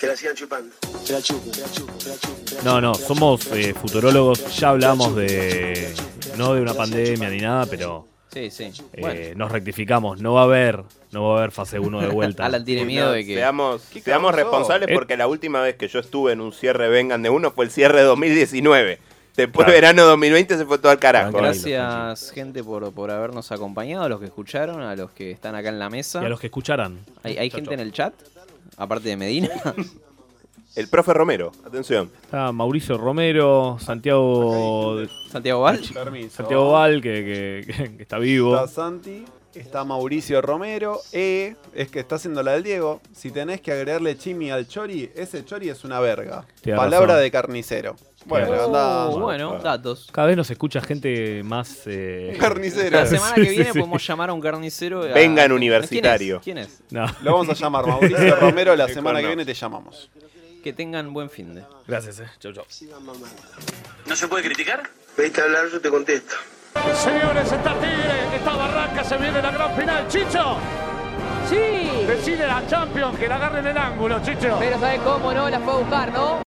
S1: Que la sigan chupando.
S10: Te la chupo, te la chupo, te la chupo.
S9: No, no, somos eh, futurólogos, ya hablamos de. no de una pandemia ni nada, pero.
S12: Sí, sí.
S9: eh,
S12: Bueno.
S9: Nos rectificamos, no va a haber, no va a haber fase 1 de vuelta.
S12: Alan tiene
S8: Sí,
S12: miedo
S8: no,
S12: de que.
S8: Seamos, seamos
S12: cabrón sos?
S8: responsables
S9: Eh.
S8: porque la última vez que yo estuve en un cierre Vengan de Uno fue el cierre de 2019. Después
S9: Claro.
S8: de verano 2020 se fue todo al carajo. ¿eh?
S12: Gracias, gente, por, por habernos acompañado, a los que escucharon, a los que están acá en la mesa.
S9: Y a los que escucharán.
S12: ¿Hay, hay
S9: Chau,
S12: gente
S9: chau.
S12: en el chat? Aparte de Medina.
S8: El profe Romero, atención.
S9: Está Mauricio Romero, Santiago.
S12: Santiago Val.
S4: Permiso.
S9: Santiago Val, que, que- que está vivo.
S4: Está Santi, está Mauricio Romero, E, es que está haciendo la del Diego. Si tenés que agregarle chimi al chori, ese chori es una verga.
S9: Tiene
S4: Palabra
S9: razón.
S4: de carnicero. Bueno,
S9: Tiene razón.
S4: anda.
S9: Oh,
S12: bueno, datos.
S9: Cada vez nos escucha gente más. eh,
S4: Carnicera.
S12: La semana que
S9: Sí, sí,
S12: viene
S9: sí.
S12: podemos llamar a un carnicero. a-
S8: Vengan
S12: ¿Quién es?
S8: universitario.
S12: ¿Quién es?
S9: No.
S4: Lo vamos a llamar Mauricio Romero la semana que
S8: Cono.
S4: viene te llamamos.
S12: Que tengan buen fin de.
S9: Gracias, eh. Chau, chau.
S1: ¿No se puede criticar? Vete a hablar, yo te contesto.
S10: Señores, está Tigre, está Barraca, se viene la gran final. ¡Chicho! ¡Sí! Decide la Champions, que la agarren el ángulo, Chicho.
S22: Pero ¿sabes cómo no? La fue a buscar, ¿no?